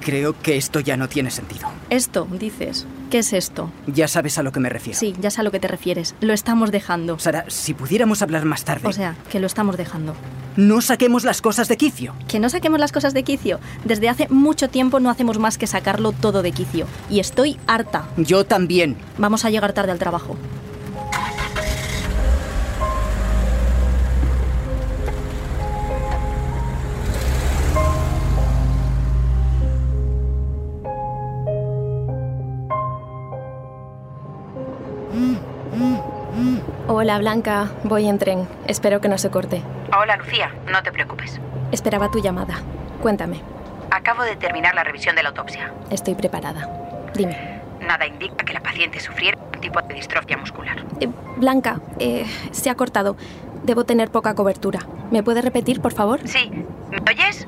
[SPEAKER 3] Creo que esto ya no tiene sentido.
[SPEAKER 4] Esto, dices. ¿Qué es esto?
[SPEAKER 3] Ya sabes a lo que me refiero.
[SPEAKER 4] Sí, ya sé a lo que te refieres. Lo estamos dejando.
[SPEAKER 3] Sara, si pudiéramos hablar más tarde.
[SPEAKER 4] O sea, que lo estamos dejando.
[SPEAKER 3] No saquemos las cosas de quicio.
[SPEAKER 4] Que no saquemos las cosas de quicio. Desde hace mucho tiempo no hacemos más que sacarlo todo de quicio. Y estoy harta.
[SPEAKER 3] Yo también.
[SPEAKER 4] Vamos a llegar tarde al trabajo.
[SPEAKER 12] Hola, Blanca. Voy en tren. Espero que no se corte.
[SPEAKER 14] Hola Lucía, no te preocupes.
[SPEAKER 12] Esperaba tu llamada. Cuéntame.
[SPEAKER 14] Acabo de terminar la revisión de la autopsia.
[SPEAKER 12] Estoy preparada. Dime.
[SPEAKER 14] Nada indica que la paciente sufriera un tipo de distrofia muscular.
[SPEAKER 12] Eh, Blanca, eh, se ha cortado. Debo tener poca cobertura. ¿Me puede repetir, por favor?
[SPEAKER 14] Sí. ¿Me oyes?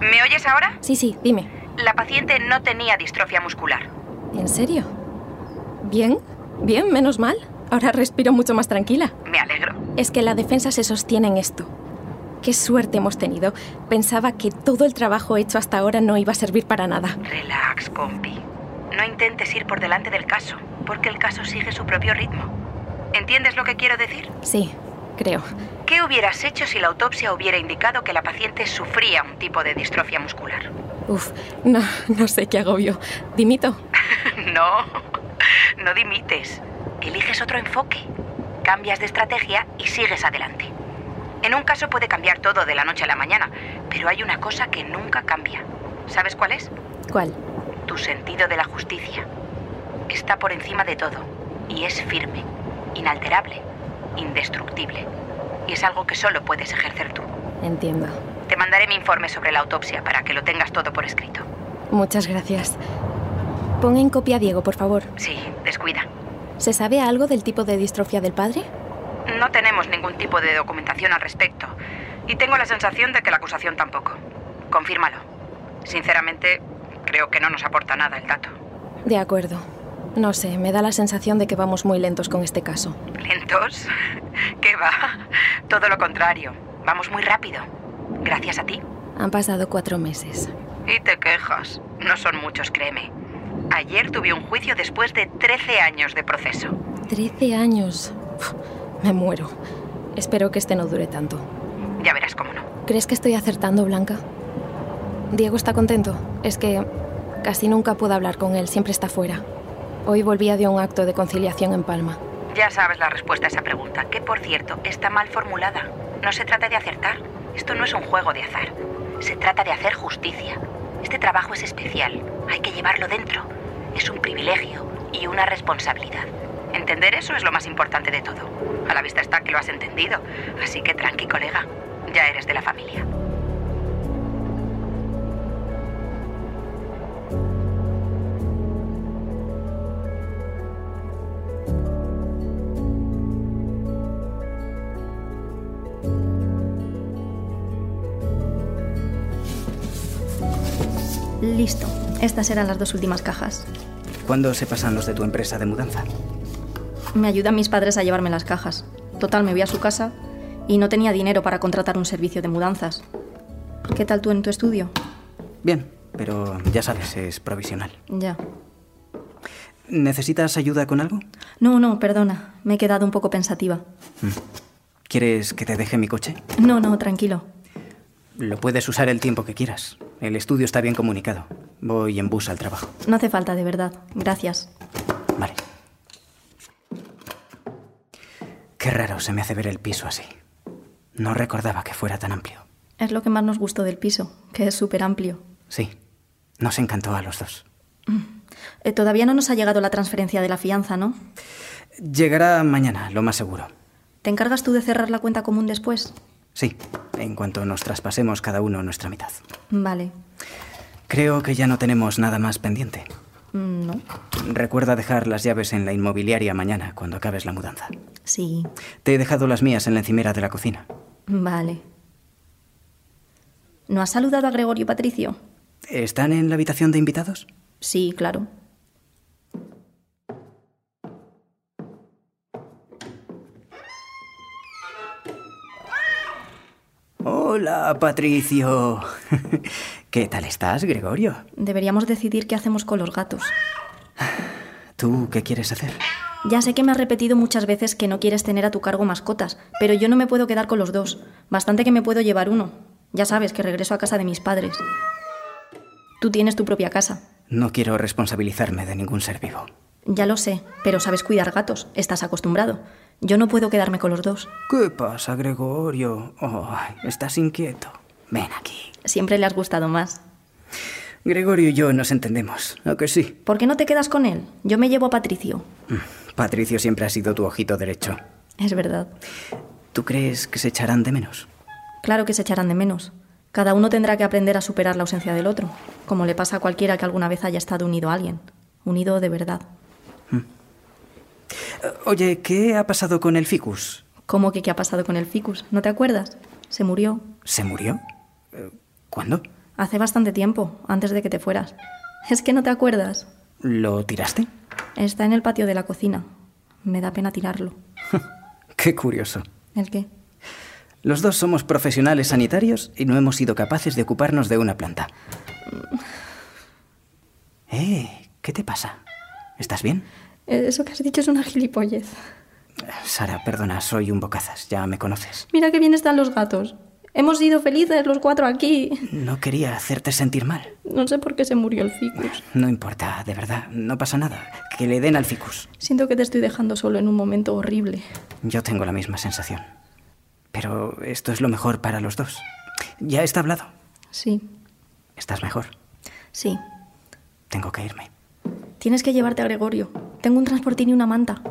[SPEAKER 14] ¿Me oyes ahora?
[SPEAKER 12] Sí, sí, dime.
[SPEAKER 14] La paciente no tenía distrofia muscular.
[SPEAKER 12] ¿En serio? Bien, bien, menos mal. Ahora respiro mucho más tranquila.
[SPEAKER 14] Me alegro.
[SPEAKER 12] Es que la defensa se sostiene en esto. Qué suerte hemos tenido. Pensaba que todo el trabajo hecho hasta ahora no iba a servir para nada.
[SPEAKER 14] Relax, compi. No intentes ir por delante del caso, porque el caso sigue su propio ritmo. ¿Entiendes lo que quiero decir?
[SPEAKER 12] Sí, creo.
[SPEAKER 14] ¿Qué hubieras hecho si la autopsia hubiera indicado que la paciente sufría un tipo de distrofia muscular?
[SPEAKER 12] Uf, no, no sé qué agobio. Dimito.
[SPEAKER 14] No, no dimites. Eliges otro enfoque, cambias de estrategia y sigues adelante. En un caso puede cambiar todo de la noche a la mañana, pero hay una cosa que nunca cambia. ¿Sabes cuál es?
[SPEAKER 12] ¿Cuál?
[SPEAKER 14] Tu sentido de la justicia. Está por encima de todo y es firme, inalterable, indestructible. Y es algo que solo puedes ejercer tú.
[SPEAKER 12] Entiendo.
[SPEAKER 14] Te mandaré mi informe sobre la autopsia para que lo tengas todo por escrito.
[SPEAKER 12] Muchas gracias. Pon en copia a Diego, por favor.
[SPEAKER 14] Sí, descuida.
[SPEAKER 12] ¿Se sabe algo del tipo de distrofia del padre?
[SPEAKER 14] No tenemos ningún tipo de documentación al respecto. Y tengo la sensación de que la acusación tampoco. Confírmalo. Sinceramente, creo que no nos aporta nada el dato.
[SPEAKER 12] De acuerdo. No sé, me da la sensación de que vamos muy lentos con este caso.
[SPEAKER 14] ¿Lentos? ¿Qué va? Todo lo contrario. Vamos muy rápido. Gracias a ti.
[SPEAKER 12] Han pasado cuatro meses.
[SPEAKER 14] Y te quejas. No son muchos, créeme. Ayer tuve un juicio después de 13 años de proceso.
[SPEAKER 12] Trece años. Uf, me muero. Espero que este no dure tanto.
[SPEAKER 14] Ya verás cómo no.
[SPEAKER 12] ¿Crees que estoy acertando, Blanca? Diego está contento. Es que casi nunca puedo hablar con él, siempre está fuera. Hoy volvía de un acto de conciliación en Palma.
[SPEAKER 14] Ya sabes la respuesta a esa pregunta, que por cierto está mal formulada. No se trata de acertar. Esto no es un juego de azar. Se trata de hacer justicia. Este trabajo es especial. Hay que llevarlo dentro. Es un privilegio y una responsabilidad. Entender eso es lo más importante de todo. A la vista está que lo has entendido. Así que tranqui, colega. Ya eres de la familia.
[SPEAKER 4] Listo. Estas eran las dos últimas cajas.
[SPEAKER 3] ¿Cuándo se pasan los de tu empresa de mudanza?
[SPEAKER 4] Me ayudan mis padres a llevarme las cajas. Total, me voy a su casa y no tenía dinero para contratar un servicio de mudanzas. ¿Qué tal tú en tu estudio?
[SPEAKER 3] Bien, pero ya sabes, es provisional.
[SPEAKER 4] Ya.
[SPEAKER 3] ¿Necesitas ayuda con algo?
[SPEAKER 4] No, no, perdona. Me he quedado un poco pensativa.
[SPEAKER 3] ¿Quieres que te deje mi coche?
[SPEAKER 4] No, no, tranquilo.
[SPEAKER 3] Lo puedes usar el tiempo que quieras. El estudio está bien comunicado. Voy en bus al trabajo.
[SPEAKER 4] No hace falta, de verdad. Gracias.
[SPEAKER 3] Qué raro se me hace ver el piso así. No recordaba que fuera tan amplio.
[SPEAKER 4] Es lo que más nos gustó del piso, que es súper amplio.
[SPEAKER 3] Sí, nos encantó a los dos.
[SPEAKER 4] Eh, todavía no nos ha llegado la transferencia de la fianza, ¿no?
[SPEAKER 3] Llegará mañana, lo más seguro.
[SPEAKER 4] ¿Te encargas tú de cerrar la cuenta común después?
[SPEAKER 3] Sí, en cuanto nos traspasemos cada uno nuestra mitad.
[SPEAKER 4] Vale.
[SPEAKER 3] Creo que ya no tenemos nada más pendiente.
[SPEAKER 4] Mm, No.
[SPEAKER 3] Recuerda dejar las llaves en la inmobiliaria mañana, cuando acabes la mudanza.
[SPEAKER 4] Sí.
[SPEAKER 3] Te he dejado las mías en la encimera de la cocina.
[SPEAKER 4] Vale. ¿No has saludado a Gregorio y Patricio?
[SPEAKER 3] ¿Están en la habitación de invitados?
[SPEAKER 4] Sí, claro.
[SPEAKER 3] Hola, Patricio. ¿Qué tal estás, Gregorio?
[SPEAKER 4] Deberíamos decidir qué hacemos con los gatos.
[SPEAKER 3] ¿Tú qué quieres hacer?
[SPEAKER 4] Ya sé que me has repetido muchas veces que no quieres tener a tu cargo mascotas, pero yo no me puedo quedar con los dos. Bastante que me puedo llevar uno. Ya sabes que regreso a casa de mis padres. Tú tienes tu propia casa.
[SPEAKER 3] No quiero responsabilizarme de ningún ser vivo.
[SPEAKER 4] Ya lo sé, pero sabes cuidar gatos. Estás acostumbrado. Yo no puedo quedarme con los dos.
[SPEAKER 3] ¿Qué pasa, Gregorio? Oh, estás inquieto. Ven aquí.
[SPEAKER 4] Siempre le has gustado más.
[SPEAKER 3] Gregorio y yo nos entendemos, ¿a que sí?
[SPEAKER 4] ¿Por qué no te quedas con él? Yo me llevo a Patricio.
[SPEAKER 3] Patricio siempre ha sido tu ojito derecho.
[SPEAKER 4] Es verdad.
[SPEAKER 3] ¿Tú crees que se echarán de menos?
[SPEAKER 4] Claro que se echarán de menos. Cada uno tendrá que aprender a superar la ausencia del otro, como le pasa a cualquiera que alguna vez haya estado unido a alguien. Unido de verdad.
[SPEAKER 3] Eh, Oye, ¿qué ha pasado con el ficus?
[SPEAKER 4] ¿Cómo que qué ha pasado con el ficus? ¿No te acuerdas? Se murió.
[SPEAKER 3] ¿Se murió? Eh, ¿Cuándo?
[SPEAKER 4] Hace bastante tiempo, antes de que te fueras. Es que no te acuerdas.
[SPEAKER 3] ¿Lo tiraste?
[SPEAKER 4] Está en el patio de la cocina. Me da pena tirarlo.
[SPEAKER 3] Qué curioso.
[SPEAKER 4] ¿El qué?
[SPEAKER 3] Los dos somos profesionales sanitarios y no hemos sido capaces de ocuparnos de una planta. Eh, ¿qué te pasa? ¿Estás bien?
[SPEAKER 4] Eh, Eso que has dicho es una gilipollez.
[SPEAKER 3] Sara, perdona, soy un bocazas, ya me conoces.
[SPEAKER 4] Mira qué bien están los gatos. Hemos sido felices los cuatro aquí.
[SPEAKER 3] No quería hacerte sentir mal.
[SPEAKER 4] No sé por qué se murió el ficus.
[SPEAKER 3] No importa, de verdad, no pasa nada. Que le den al ficus.
[SPEAKER 4] Siento que te estoy dejando solo en un momento horrible.
[SPEAKER 3] Yo tengo la misma sensación. Pero esto es lo mejor para los dos. Ya está hablado.
[SPEAKER 4] Sí,
[SPEAKER 3] Estás mejor.
[SPEAKER 4] sí.
[SPEAKER 3] Tengo que irme.
[SPEAKER 4] Tienes que llevarte a Gregorio. Tengo un transportín y una manta.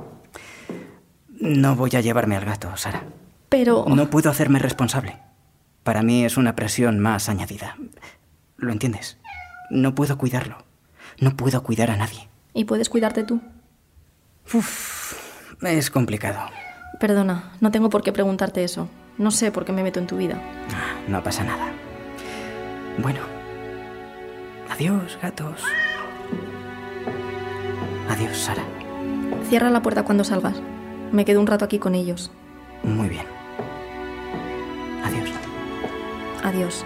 [SPEAKER 3] No voy a llevarme al gato, Sara.
[SPEAKER 4] Pero...
[SPEAKER 3] No puedo hacerme responsable. Para mí es una presión más añadida. ¿Lo entiendes? No puedo cuidarlo. No puedo cuidar a nadie.
[SPEAKER 4] Y puedes cuidarte tú.
[SPEAKER 3] Es complicado.
[SPEAKER 4] Perdona, no tengo por qué preguntarte eso. No sé por qué me meto en tu vida.
[SPEAKER 3] No pasa nada. Bueno. Adiós, gatos. Adiós, Sara.
[SPEAKER 4] Cierra la puerta cuando salgas. Me quedo un rato aquí con ellos.
[SPEAKER 3] Muy bien. Adiós.
[SPEAKER 4] Adiós.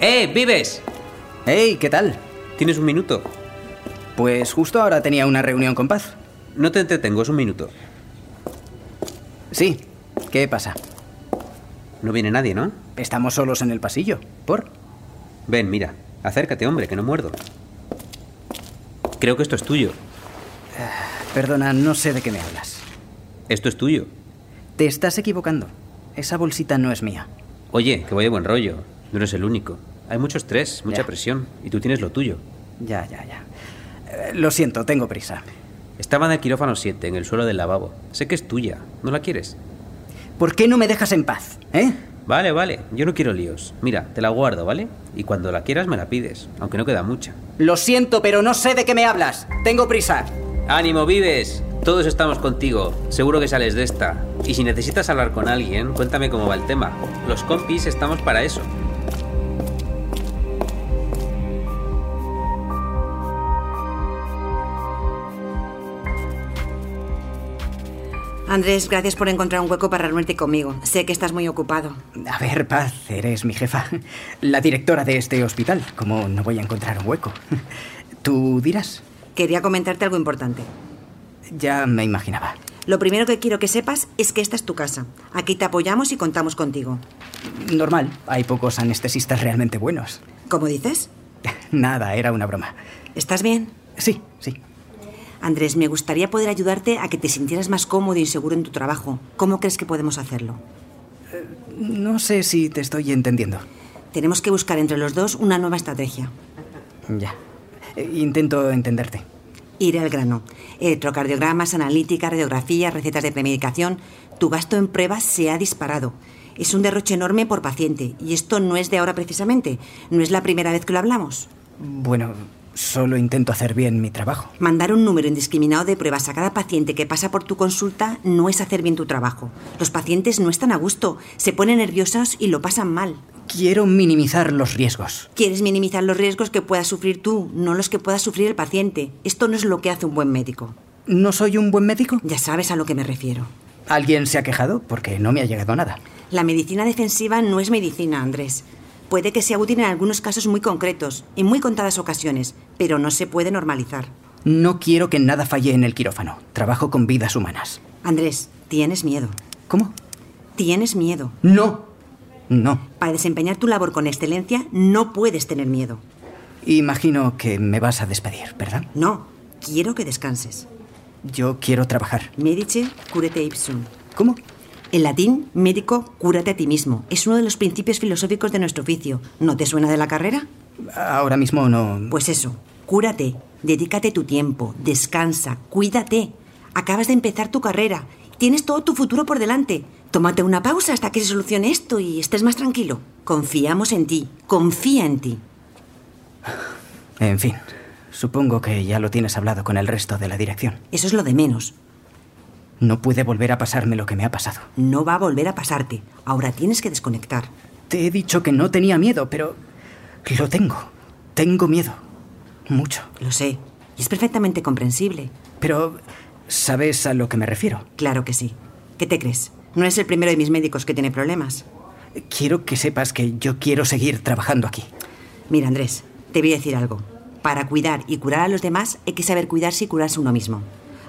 [SPEAKER 15] ¡Eh, vives!
[SPEAKER 3] ¡Hey, qué tal!
[SPEAKER 15] Tienes un minuto.
[SPEAKER 3] Pues justo ahora tenía una reunión con Paz.
[SPEAKER 15] No te entretengo, es un minuto.
[SPEAKER 3] Sí. ¿Qué pasa?
[SPEAKER 15] No viene nadie, ¿no?
[SPEAKER 3] Estamos solos en el pasillo. ¿Por?
[SPEAKER 15] Ven, mira. Acércate, hombre, que no muerdo. Creo que esto es tuyo.
[SPEAKER 3] Perdona, no sé de qué me hablas.
[SPEAKER 15] Esto es tuyo.
[SPEAKER 3] Te estás equivocando. Esa bolsita no es mía.
[SPEAKER 15] Oye, que voy de buen rollo. No eres el único. Hay mucho estrés, mucha presión. Y tú tienes lo tuyo.
[SPEAKER 3] Ya, ya, ya. Eh, lo siento, tengo prisa.
[SPEAKER 15] Estaba en el quirófano 7, en el suelo del lavabo. Sé que es tuya. ¿No la quieres?
[SPEAKER 3] ¿Por qué no me dejas en paz? ¿Eh?
[SPEAKER 15] Vale, vale. Yo no quiero líos. Mira, te la guardo, ¿vale? Y cuando la quieras me la pides. Aunque no queda mucha.
[SPEAKER 3] Lo siento, pero no sé de qué me hablas. Tengo prisa.
[SPEAKER 15] Ánimo, vives. Todos estamos contigo. Seguro que sales de esta. Y si necesitas hablar con alguien, cuéntame cómo va el tema. Los compis estamos para eso.
[SPEAKER 13] Andrés, gracias por encontrar un hueco para reunirte conmigo. Sé que estás muy ocupado.
[SPEAKER 3] A ver, Paz, eres mi jefa. La directora de este hospital. ¿Cómo no voy a encontrar un hueco? ¿Tú dirás?
[SPEAKER 13] Quería comentarte algo importante.
[SPEAKER 3] Ya me imaginaba.
[SPEAKER 13] Lo primero que quiero que sepas es que esta es tu casa. Aquí te apoyamos y contamos contigo.
[SPEAKER 3] Normal, hay pocos anestesistas realmente buenos.
[SPEAKER 13] ¿Cómo dices?
[SPEAKER 3] Nada, ¿eh? era una broma.
[SPEAKER 13] ¿Estás bien?
[SPEAKER 3] Sí, sí.
[SPEAKER 13] Andrés, me gustaría poder ayudarte a que te sintieras más cómodo y seguro en tu trabajo. ¿Cómo crees que podemos hacerlo?
[SPEAKER 3] Eh, No sé si te estoy entendiendo.
[SPEAKER 13] Tenemos que buscar entre los dos una nueva estrategia.
[SPEAKER 3] Ya. Eh, Intento entenderte.
[SPEAKER 13] Iré al grano. Electrocardiogramas, analítica, radiografía, recetas de premedicación. Tu gasto en pruebas se ha disparado. Es un derroche enorme por paciente. Y esto no es de ahora precisamente. No es la primera vez que lo hablamos.
[SPEAKER 3] Bueno, solo intento hacer bien mi trabajo.
[SPEAKER 13] Mandar un número indiscriminado de pruebas a cada paciente que pasa por tu consulta no es hacer bien tu trabajo. Los pacientes no están a gusto, se ponen nerviosos y lo pasan mal.
[SPEAKER 3] Quiero minimizar los riesgos.
[SPEAKER 13] Quieres minimizar los riesgos que puedas sufrir tú, no los que pueda sufrir el paciente. Esto no es lo que hace un buen médico.
[SPEAKER 3] ¿No soy un buen médico?
[SPEAKER 13] Ya sabes a lo que me refiero.
[SPEAKER 3] ¿Alguien se ha quejado? Porque no me ha llegado nada.
[SPEAKER 13] La medicina defensiva no es medicina, Andrés. Puede que sea útil en algunos casos muy concretos, en muy contadas ocasiones, pero no se puede normalizar.
[SPEAKER 3] No quiero que nada falle en el quirófano. Trabajo con vidas humanas.
[SPEAKER 13] Andrés, tienes miedo.
[SPEAKER 3] ¿Cómo?
[SPEAKER 13] Tienes miedo.
[SPEAKER 3] No. No.
[SPEAKER 13] Para desempeñar tu labor con excelencia, no puedes tener miedo.
[SPEAKER 3] Imagino que me vas a despedir, ¿verdad?
[SPEAKER 13] No, quiero que descanses.
[SPEAKER 3] Yo quiero trabajar.
[SPEAKER 13] Medice, curete ipsum.
[SPEAKER 3] ¿Cómo?
[SPEAKER 13] En latín, médico, cúrate a ti mismo. Es uno de los principios filosóficos de nuestro oficio. ¿No te suena de la carrera?
[SPEAKER 3] Ahora mismo no.
[SPEAKER 13] Pues eso, cúrate, dedícate tu tiempo, descansa, cuídate. Acabas de empezar tu carrera, tienes todo tu futuro por delante. Tómate una pausa hasta que se solucione esto y estés más tranquilo. Confiamos en ti, confía en ti.
[SPEAKER 3] En fin, supongo que ya lo tienes hablado con el resto de la dirección.
[SPEAKER 13] Eso es lo de menos.
[SPEAKER 3] No puede volver a pasarme lo que me ha pasado.
[SPEAKER 13] No va a volver a pasarte. Ahora tienes que desconectar.
[SPEAKER 3] Te he dicho que no tenía miedo, pero lo tengo. Tengo miedo. Mucho.
[SPEAKER 13] Lo sé, y es perfectamente comprensible.
[SPEAKER 3] Pero, ¿sabes a lo que me refiero?
[SPEAKER 13] Claro que sí. ¿Qué te crees? No es el primero de mis médicos que tiene problemas.
[SPEAKER 3] Quiero que sepas que yo quiero seguir trabajando aquí.
[SPEAKER 13] Mira, Andrés, te voy a decir algo. Para cuidar y curar a los demás hay que saber cuidarse y curarse uno mismo.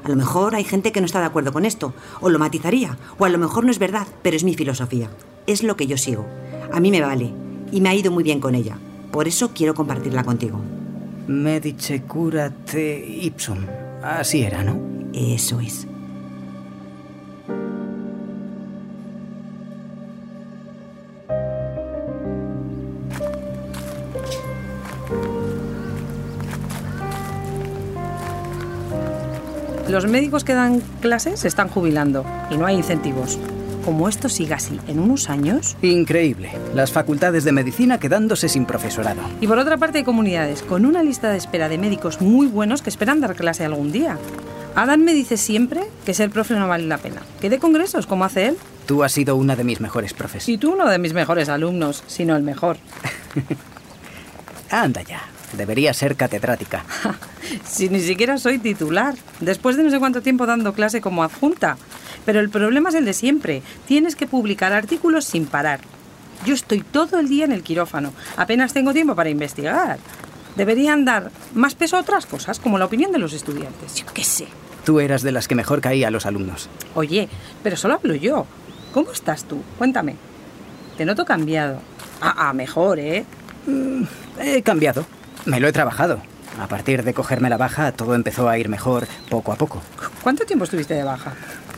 [SPEAKER 13] A lo mejor hay gente que no está de acuerdo con esto, o lo matizaría, o a lo mejor no es verdad, pero es mi filosofía. Es lo que yo sigo. A mí me vale, y me ha ido muy bien con ella. Por eso quiero compartirla contigo.
[SPEAKER 3] Medice curate ipsum. Así era, ¿no?
[SPEAKER 13] Eso es.
[SPEAKER 16] Los médicos que dan clases se están jubilando y no hay incentivos. Como esto siga así en unos años.
[SPEAKER 3] Increíble. Las facultades de medicina quedándose sin profesorado.
[SPEAKER 16] Y por otra parte hay comunidades con una lista de espera de médicos muy buenos que esperan dar clase algún día. Adán me dice siempre que ser profe no vale la pena. Que dé congresos como hace él.
[SPEAKER 3] Tú has sido una de mis mejores profes.
[SPEAKER 16] Y tú uno de mis mejores alumnos, si no el mejor.
[SPEAKER 3] Anda ya. Debería ser catedrática.
[SPEAKER 16] si ni siquiera soy titular, después de no sé cuánto tiempo dando clase como adjunta. Pero el problema es el de siempre. Tienes que publicar artículos sin parar. Yo estoy todo el día en el quirófano. Apenas tengo tiempo para investigar. Deberían dar más peso a otras cosas, como la opinión de los estudiantes. Yo qué sé.
[SPEAKER 3] Tú eras de las que mejor caía a los alumnos.
[SPEAKER 16] Oye, pero solo hablo yo. ¿Cómo estás tú? Cuéntame. Te noto cambiado. Ah, ah, mejor, ¿eh?
[SPEAKER 3] Mm, he cambiado. Me lo he trabajado. A partir de cogerme la baja, todo empezó a ir mejor poco a poco.
[SPEAKER 16] ¿Cuánto tiempo estuviste de baja?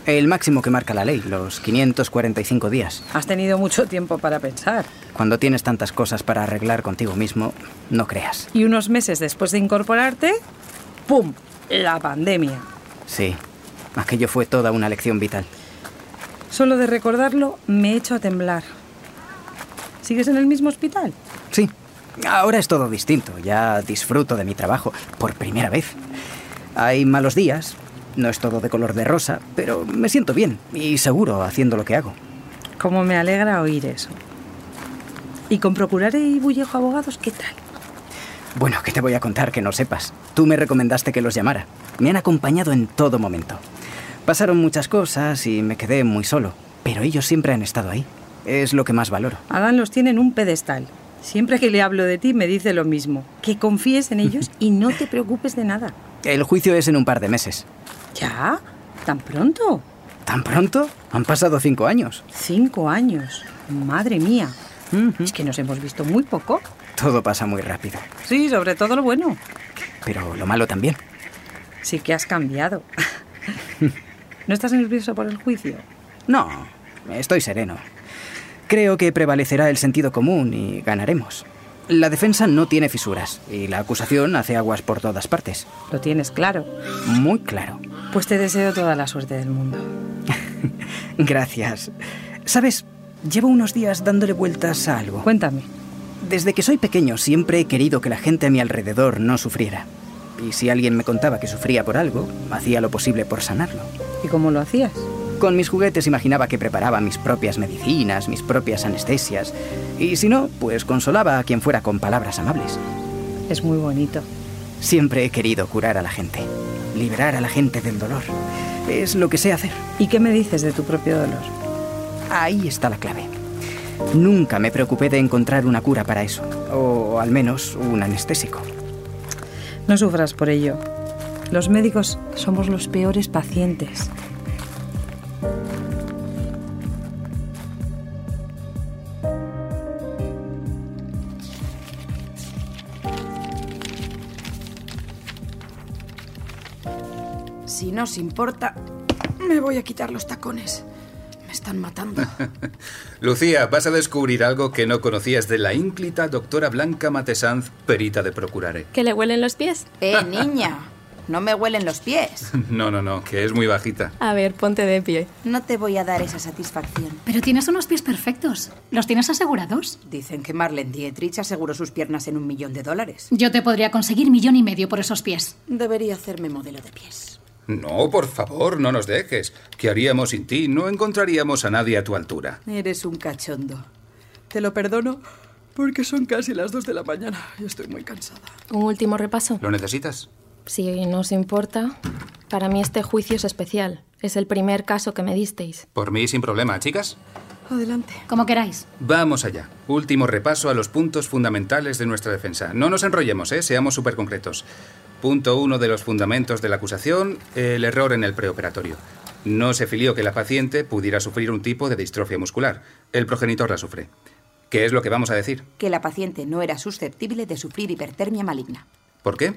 [SPEAKER 3] El máximo que marca la ley, los 545 días.
[SPEAKER 16] Has tenido mucho tiempo para pensar.
[SPEAKER 3] Cuando tienes tantas cosas para arreglar contigo mismo, no creas.
[SPEAKER 16] Y unos meses después de incorporarte, ¡pum! La pandemia.
[SPEAKER 3] Sí, aquello fue toda una lección vital.
[SPEAKER 16] Solo de recordarlo me he hecho a temblar. ¿Sigues en el mismo hospital?
[SPEAKER 3] Sí, Ahora es todo distinto, ya disfruto de mi trabajo, por primera vez. Hay malos días, no es todo de color de rosa, pero me siento bien y seguro haciendo lo que hago.
[SPEAKER 16] Como me alegra oír eso. ¿Y con Procuraré y Bullejo Abogados qué tal?
[SPEAKER 3] Bueno, ¿qué te voy a contar que no sepas? Tú me recomendaste que los llamara. Me han acompañado en todo momento. Pasaron muchas cosas y me quedé muy solo, pero ellos siempre han estado ahí. Es lo que más valoro.
[SPEAKER 16] Adán los tiene en un pedestal Siempre que le hablo de ti me dice lo mismo, que confíes en ellos y no te preocupes de nada.
[SPEAKER 3] El juicio es en un par de meses.
[SPEAKER 16] ¿Ya? ¿Tan pronto?
[SPEAKER 3] ¿Tan pronto? Han pasado cinco años.
[SPEAKER 16] Cinco años. Madre mía. Es que nos hemos visto muy poco.
[SPEAKER 3] Todo pasa muy rápido,
[SPEAKER 16] Sí, sobre todo lo bueno.
[SPEAKER 3] pero lo malo también.
[SPEAKER 16] Sí que has cambiado. ¿No estás nervioso por el juicio?
[SPEAKER 3] No, estoy sereno. Creo que prevalecerá el sentido común y ganaremos. La defensa no tiene fisuras y la acusación hace aguas por todas partes.
[SPEAKER 16] Lo tienes claro.
[SPEAKER 3] Muy claro.
[SPEAKER 16] Pues te deseo toda la suerte del mundo.
[SPEAKER 3] Gracias. Sabes, llevo unos días dándole vueltas a algo.
[SPEAKER 16] Cuéntame.
[SPEAKER 3] Desde que soy pequeño siempre he querido que la gente a mi alrededor no sufriera. Y si alguien me contaba que sufría por algo, hacía lo posible por sanarlo.
[SPEAKER 16] ¿Y cómo lo hacías?
[SPEAKER 3] Con mis juguetes imaginaba que preparaba mis propias medicinas, mis propias anestesias. Y si no, pues consolaba a quien fuera con palabras amables.
[SPEAKER 16] Es muy bonito.
[SPEAKER 3] Siempre he querido curar a la gente, liberar a la gente del dolor. Es lo que sé hacer.
[SPEAKER 16] ¿Y qué me dices de tu propio dolor?
[SPEAKER 3] Ahí está la clave. Nunca me preocupé de encontrar una cura para eso, o al menos un anestésico.
[SPEAKER 16] No sufras por ello. Los médicos somos los peores pacientes.
[SPEAKER 17] Si no os importa, me voy a quitar los tacones. Me están matando.
[SPEAKER 9] Lucía, vas a descubrir algo que no conocías de la ínclita doctora Blanca Matesanz, perita de procurare.
[SPEAKER 17] ¿Que le huelen los pies? Eh, niña, no me huelen los pies.
[SPEAKER 9] No, no, no, que es muy bajita.
[SPEAKER 17] A ver, ponte de pie.
[SPEAKER 14] No te voy a dar esa satisfacción. Pero tienes unos pies perfectos. ¿Los tienes asegurados?
[SPEAKER 17] Dicen que Marlene Dietrich aseguró sus piernas en un millón de dólares.
[SPEAKER 14] Yo te podría conseguir millón y medio por esos pies.
[SPEAKER 17] Debería hacerme modelo de pies.
[SPEAKER 9] No, por favor, no nos dejes. ¿Qué haríamos sin ti? No encontraríamos a nadie a tu altura.
[SPEAKER 17] Eres un cachondo.
[SPEAKER 18] Te lo perdono porque son casi las 2 de la mañana y estoy muy cansada.
[SPEAKER 12] Un último repaso.
[SPEAKER 9] ¿Lo necesitas?
[SPEAKER 12] Si no os importa, para mí este juicio es especial. Es el primer caso que me disteis.
[SPEAKER 9] Por mí sin problema, chicas.
[SPEAKER 12] Adelante. Como queráis.
[SPEAKER 9] Vamos allá. Último repaso a los puntos fundamentales de nuestra defensa. No nos enrollemos, ¿eh? seamos súper concretos. Punto uno de los fundamentos de la acusación, el error en el preoperatorio. No se filió que la paciente pudiera sufrir un tipo de distrofia muscular. El progenitor la sufre. ¿Qué es lo que vamos a decir?
[SPEAKER 14] Que la paciente no era susceptible de sufrir hipertermia maligna.
[SPEAKER 9] ¿Por qué?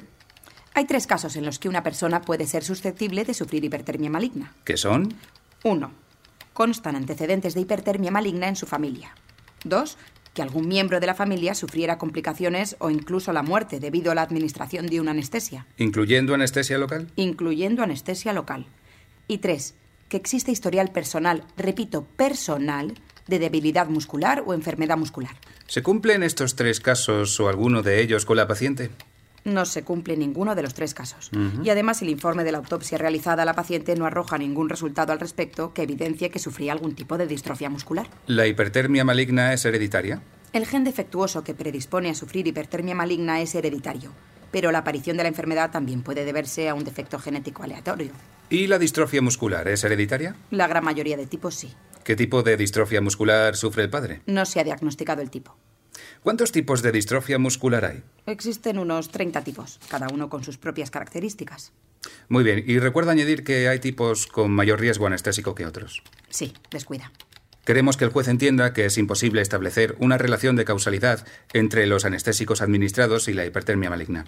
[SPEAKER 14] Hay tres casos en los que una persona puede ser susceptible de sufrir hipertermia maligna.
[SPEAKER 9] ¿Qué son?
[SPEAKER 14] 1. Constan antecedentes de hipertermia maligna en su familia. 2. Que algún miembro de la familia sufriera complicaciones o incluso la muerte debido a la administración de una anestesia,
[SPEAKER 9] ¿Incluyendo anestesia local?
[SPEAKER 14] incluyendo anestesia local. Y 3. Que existe historial personal, repito, personal, de debilidad muscular o enfermedad muscular.
[SPEAKER 9] ¿Se cumplen estos tres casos o alguno de ellos con la paciente?
[SPEAKER 14] No se cumple ninguno de los tres casos.
[SPEAKER 9] Ujú.
[SPEAKER 14] Y además el informe de la autopsia realizada a la paciente no arroja ningún resultado al respecto que evidencie que sufría algún tipo de distrofia muscular.
[SPEAKER 9] ¿La hipertermia maligna es hereditaria?
[SPEAKER 14] El gen defectuoso que predispone a sufrir hipertermia maligna es hereditario, pero la aparición de la enfermedad también puede deberse a un defecto genético aleatorio.
[SPEAKER 9] ¿Y la distrofia muscular es hereditaria?
[SPEAKER 14] La gran mayoría de tipos sí.
[SPEAKER 9] ¿Qué tipo de distrofia muscular sufre el padre?
[SPEAKER 14] No se ha diagnosticado el tipo.
[SPEAKER 9] ¿Cuántos tipos de distrofia muscular hay?
[SPEAKER 14] Existen unos 30 tipos, cada uno con sus propias características.
[SPEAKER 9] Muy bien, y recuerda añadir que hay tipos con mayor riesgo anestésico que otros.
[SPEAKER 14] Sí, descuida.
[SPEAKER 9] Queremos que el juez entienda que es imposible establecer una relación de causalidad entre los anestésicos administrados y la hipertermia maligna.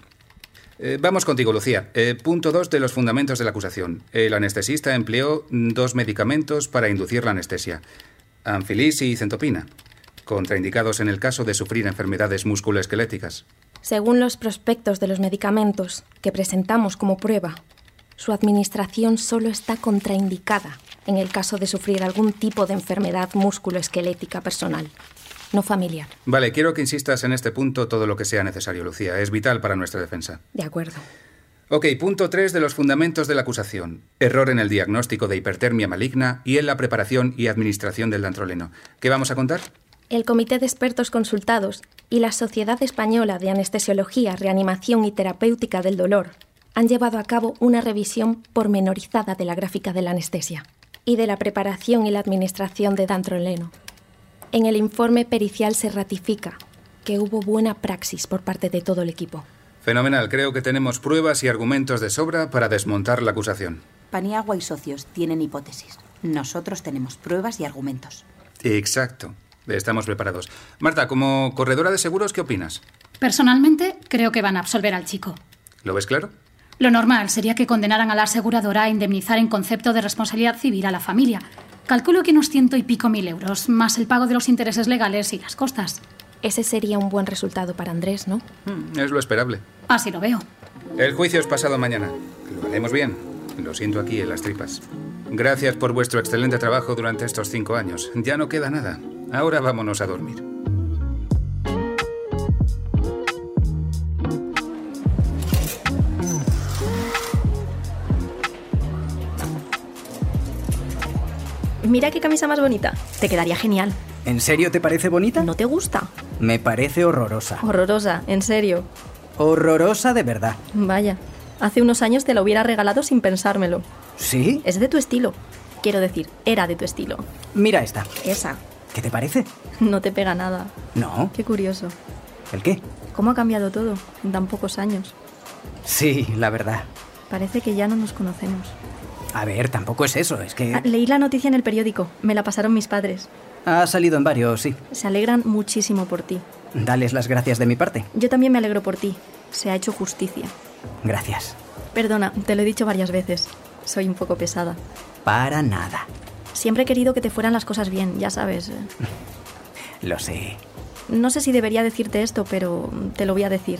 [SPEAKER 9] Eh, vamos contigo, Lucía. Eh, punto 2 de los fundamentos de la acusación. El anestesista empleó mm, dos medicamentos para inducir la anestesia, anfilis y centopina, contraindicados en el caso de sufrir enfermedades musculoesqueléticas.
[SPEAKER 12] Según los prospectos de los medicamentos que presentamos como prueba, su administración solo está contraindicada en el caso de sufrir algún tipo de enfermedad musculoesquelética personal, no familiar.
[SPEAKER 9] Vale, quiero que insistas en este punto todo lo que sea necesario, Lucía. Es vital para nuestra defensa.
[SPEAKER 12] De acuerdo.
[SPEAKER 9] Ok, punto 3 de los fundamentos de la acusación. Error en el diagnóstico de hipertermia maligna y en la preparación y administración del dantroleno. ¿Qué vamos a contar?
[SPEAKER 12] El Comité de Expertos Consultados y la Sociedad Española de Anestesiología, Reanimación y Terapéutica del Dolor han llevado a cabo una revisión pormenorizada de la gráfica de la anestesia y de la preparación y la administración de dantroleno. En el informe pericial se ratifica que hubo buena praxis por parte de todo el equipo.
[SPEAKER 9] Fenomenal, creo que tenemos pruebas y argumentos de sobra para desmontar la acusación.
[SPEAKER 19] Paniagua y socios tienen hipótesis. Nosotros tenemos pruebas y argumentos.
[SPEAKER 9] Exacto, estamos preparados. Marta, como corredora de seguros, ¿qué opinas?
[SPEAKER 20] Personalmente, creo que van a absolver al chico.
[SPEAKER 9] ¿Lo ves claro?
[SPEAKER 20] Lo normal sería que condenaran a la aseguradora a indemnizar en concepto de responsabilidad civil a la familia. Calculo que unos ciento y pico mil euros, más el pago de los intereses legales y las costas.
[SPEAKER 12] Ese sería un buen resultado para Andrés, ¿no?
[SPEAKER 9] Es lo esperable.
[SPEAKER 20] Así lo veo.
[SPEAKER 9] El juicio es pasado mañana. Lo haremos bien. Lo siento aquí en las tripas. Gracias por vuestro excelente trabajo durante estos cinco años. Ya no queda nada. Ahora vámonos a dormir.
[SPEAKER 4] Mira qué camisa más bonita. Te quedaría genial.
[SPEAKER 3] ¿En serio te parece bonita?
[SPEAKER 4] ¿No te gusta?
[SPEAKER 3] Me parece horrorosa.
[SPEAKER 4] Horrorosa, en serio.
[SPEAKER 3] Horrorosa de verdad.
[SPEAKER 4] Vaya. Hace unos años te la hubiera regalado sin pensármelo.
[SPEAKER 3] ¿Sí?
[SPEAKER 4] Es de tu estilo. Quiero decir, era de tu estilo.
[SPEAKER 3] Mira esta.
[SPEAKER 4] Esa.
[SPEAKER 3] ¿Qué te parece?
[SPEAKER 4] No te pega nada.
[SPEAKER 3] No.
[SPEAKER 4] Qué curioso.
[SPEAKER 3] ¿El qué?
[SPEAKER 4] ¿Cómo ha cambiado todo en tan pocos años?
[SPEAKER 3] Sí, la verdad.
[SPEAKER 4] Parece que ya no nos conocemos.
[SPEAKER 3] A ver, tampoco es eso, es que...
[SPEAKER 4] Ah, leí la noticia en el periódico. Me la pasaron mis padres.
[SPEAKER 3] Ha salido en varios, sí.
[SPEAKER 4] Se alegran muchísimo por ti.
[SPEAKER 3] Dales las gracias de mi parte.
[SPEAKER 4] Yo también me alegro por ti. Se ha hecho justicia.
[SPEAKER 3] Gracias.
[SPEAKER 4] Perdona, te lo he dicho varias veces. Soy un poco pesada.
[SPEAKER 3] Para nada.
[SPEAKER 4] Siempre he querido que te fueran las cosas bien, ya sabes.
[SPEAKER 3] Lo sé.
[SPEAKER 4] No sé si debería decirte esto, pero te lo voy a decir.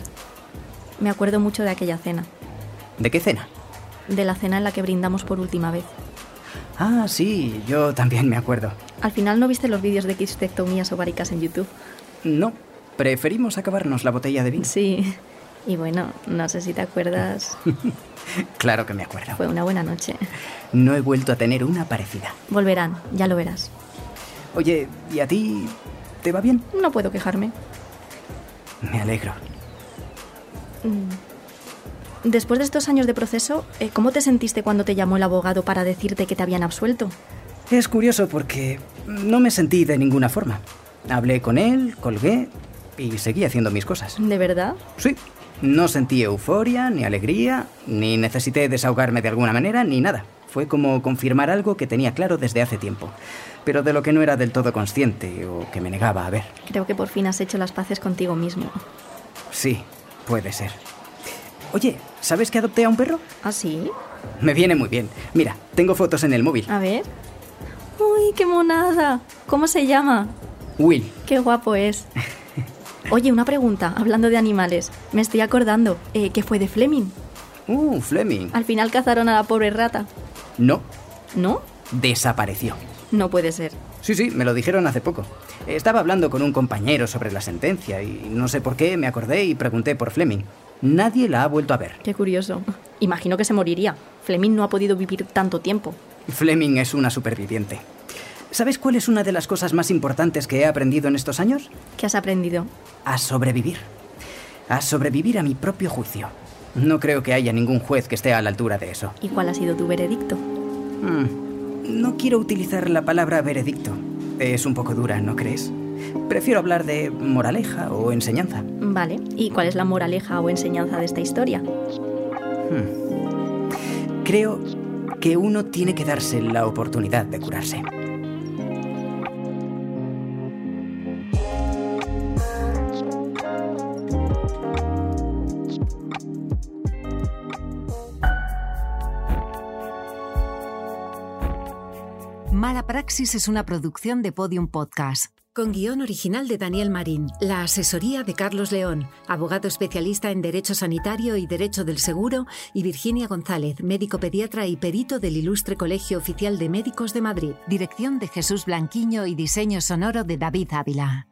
[SPEAKER 4] Me acuerdo mucho de aquella cena.
[SPEAKER 3] ¿De qué cena?
[SPEAKER 4] De la cena en la que brindamos por última vez.
[SPEAKER 3] Ah, sí, yo también me acuerdo.
[SPEAKER 4] Al final no viste los vídeos de quistectomías ováricas en YouTube.
[SPEAKER 3] No, preferimos acabarnos la botella de vino.
[SPEAKER 4] Sí. Y bueno, no sé si te acuerdas.
[SPEAKER 3] claro que me acuerdo.
[SPEAKER 4] Fue una buena noche.
[SPEAKER 3] No he vuelto a tener una parecida.
[SPEAKER 4] Volverán, ya lo verás.
[SPEAKER 3] Oye, ¿y a ti te va bien?
[SPEAKER 4] No puedo quejarme.
[SPEAKER 3] Me alegro.
[SPEAKER 4] Mm. Después de estos años de proceso, eh, ¿cómo te sentiste cuando te llamó el abogado para decirte que te habían absuelto?
[SPEAKER 3] Es curioso porque no me sentí de ninguna forma. Hablé con él, colgué y seguí haciendo mis cosas.
[SPEAKER 4] ¿De verdad?
[SPEAKER 3] Sí. No sentí euforia, ni alegría, ni necesité desahogarme de alguna manera, ni nada. Fue como confirmar algo que tenía claro desde hace tiempo, pero de lo que no era del todo consciente o que me negaba a ver.
[SPEAKER 4] Creo que por fin has hecho las paces contigo mismo.
[SPEAKER 3] Sí, puede ser. Oye, ¿sabes que adopté a un perro?
[SPEAKER 4] ¿Ah, sí?
[SPEAKER 3] Me viene muy bien. Mira, tengo fotos en el móvil.
[SPEAKER 4] A ver. ¡Uy, qué monada! ¿Cómo se llama?
[SPEAKER 3] Will.
[SPEAKER 4] Qué guapo es. Oye, una pregunta, hablando de animales. Me estoy acordando, eh, que fue de Fleming.
[SPEAKER 3] Uh, Fleming.
[SPEAKER 4] Al final cazaron a la pobre rata.
[SPEAKER 3] No.
[SPEAKER 4] ¿No?
[SPEAKER 3] Desapareció.
[SPEAKER 4] No puede ser.
[SPEAKER 3] Sí, sí, me lo dijeron hace poco. Estaba hablando con un compañero sobre la sentencia y no sé por qué me acordé y pregunté por Fleming. Nadie la ha vuelto a ver.
[SPEAKER 4] Qué curioso. Imagino que se moriría. Fleming no ha podido vivir tanto tiempo.
[SPEAKER 3] Fleming es una superviviente. ¿Sabes cuál es una de las cosas más importantes que he aprendido en estos años?
[SPEAKER 4] ¿Qué has aprendido?
[SPEAKER 3] A sobrevivir. A sobrevivir a mi propio juicio. No creo que haya ningún juez que esté a la altura de eso.
[SPEAKER 4] ¿Y cuál ha sido tu veredicto?
[SPEAKER 3] Mm, no quiero utilizar la palabra veredicto. Es un poco dura, ¿no crees? Prefiero hablar de moraleja o enseñanza.
[SPEAKER 4] Vale. ¿Y cuál es la moraleja o enseñanza de esta historia?
[SPEAKER 3] Hmm. Creo que uno tiene que darse la oportunidad de curarse.
[SPEAKER 21] Mala Praxis es una producción de Podium Podcast.
[SPEAKER 2] Con guión original de Daniel Marín, la asesoría de Carlos León, abogado especialista en Derecho Sanitario y Derecho del Seguro, y Virginia González, médico pediatra y perito del Ilustre Colegio Oficial de Médicos de Madrid.
[SPEAKER 21] Dirección de Jesús Blanquiño y diseño sonoro de David Ávila.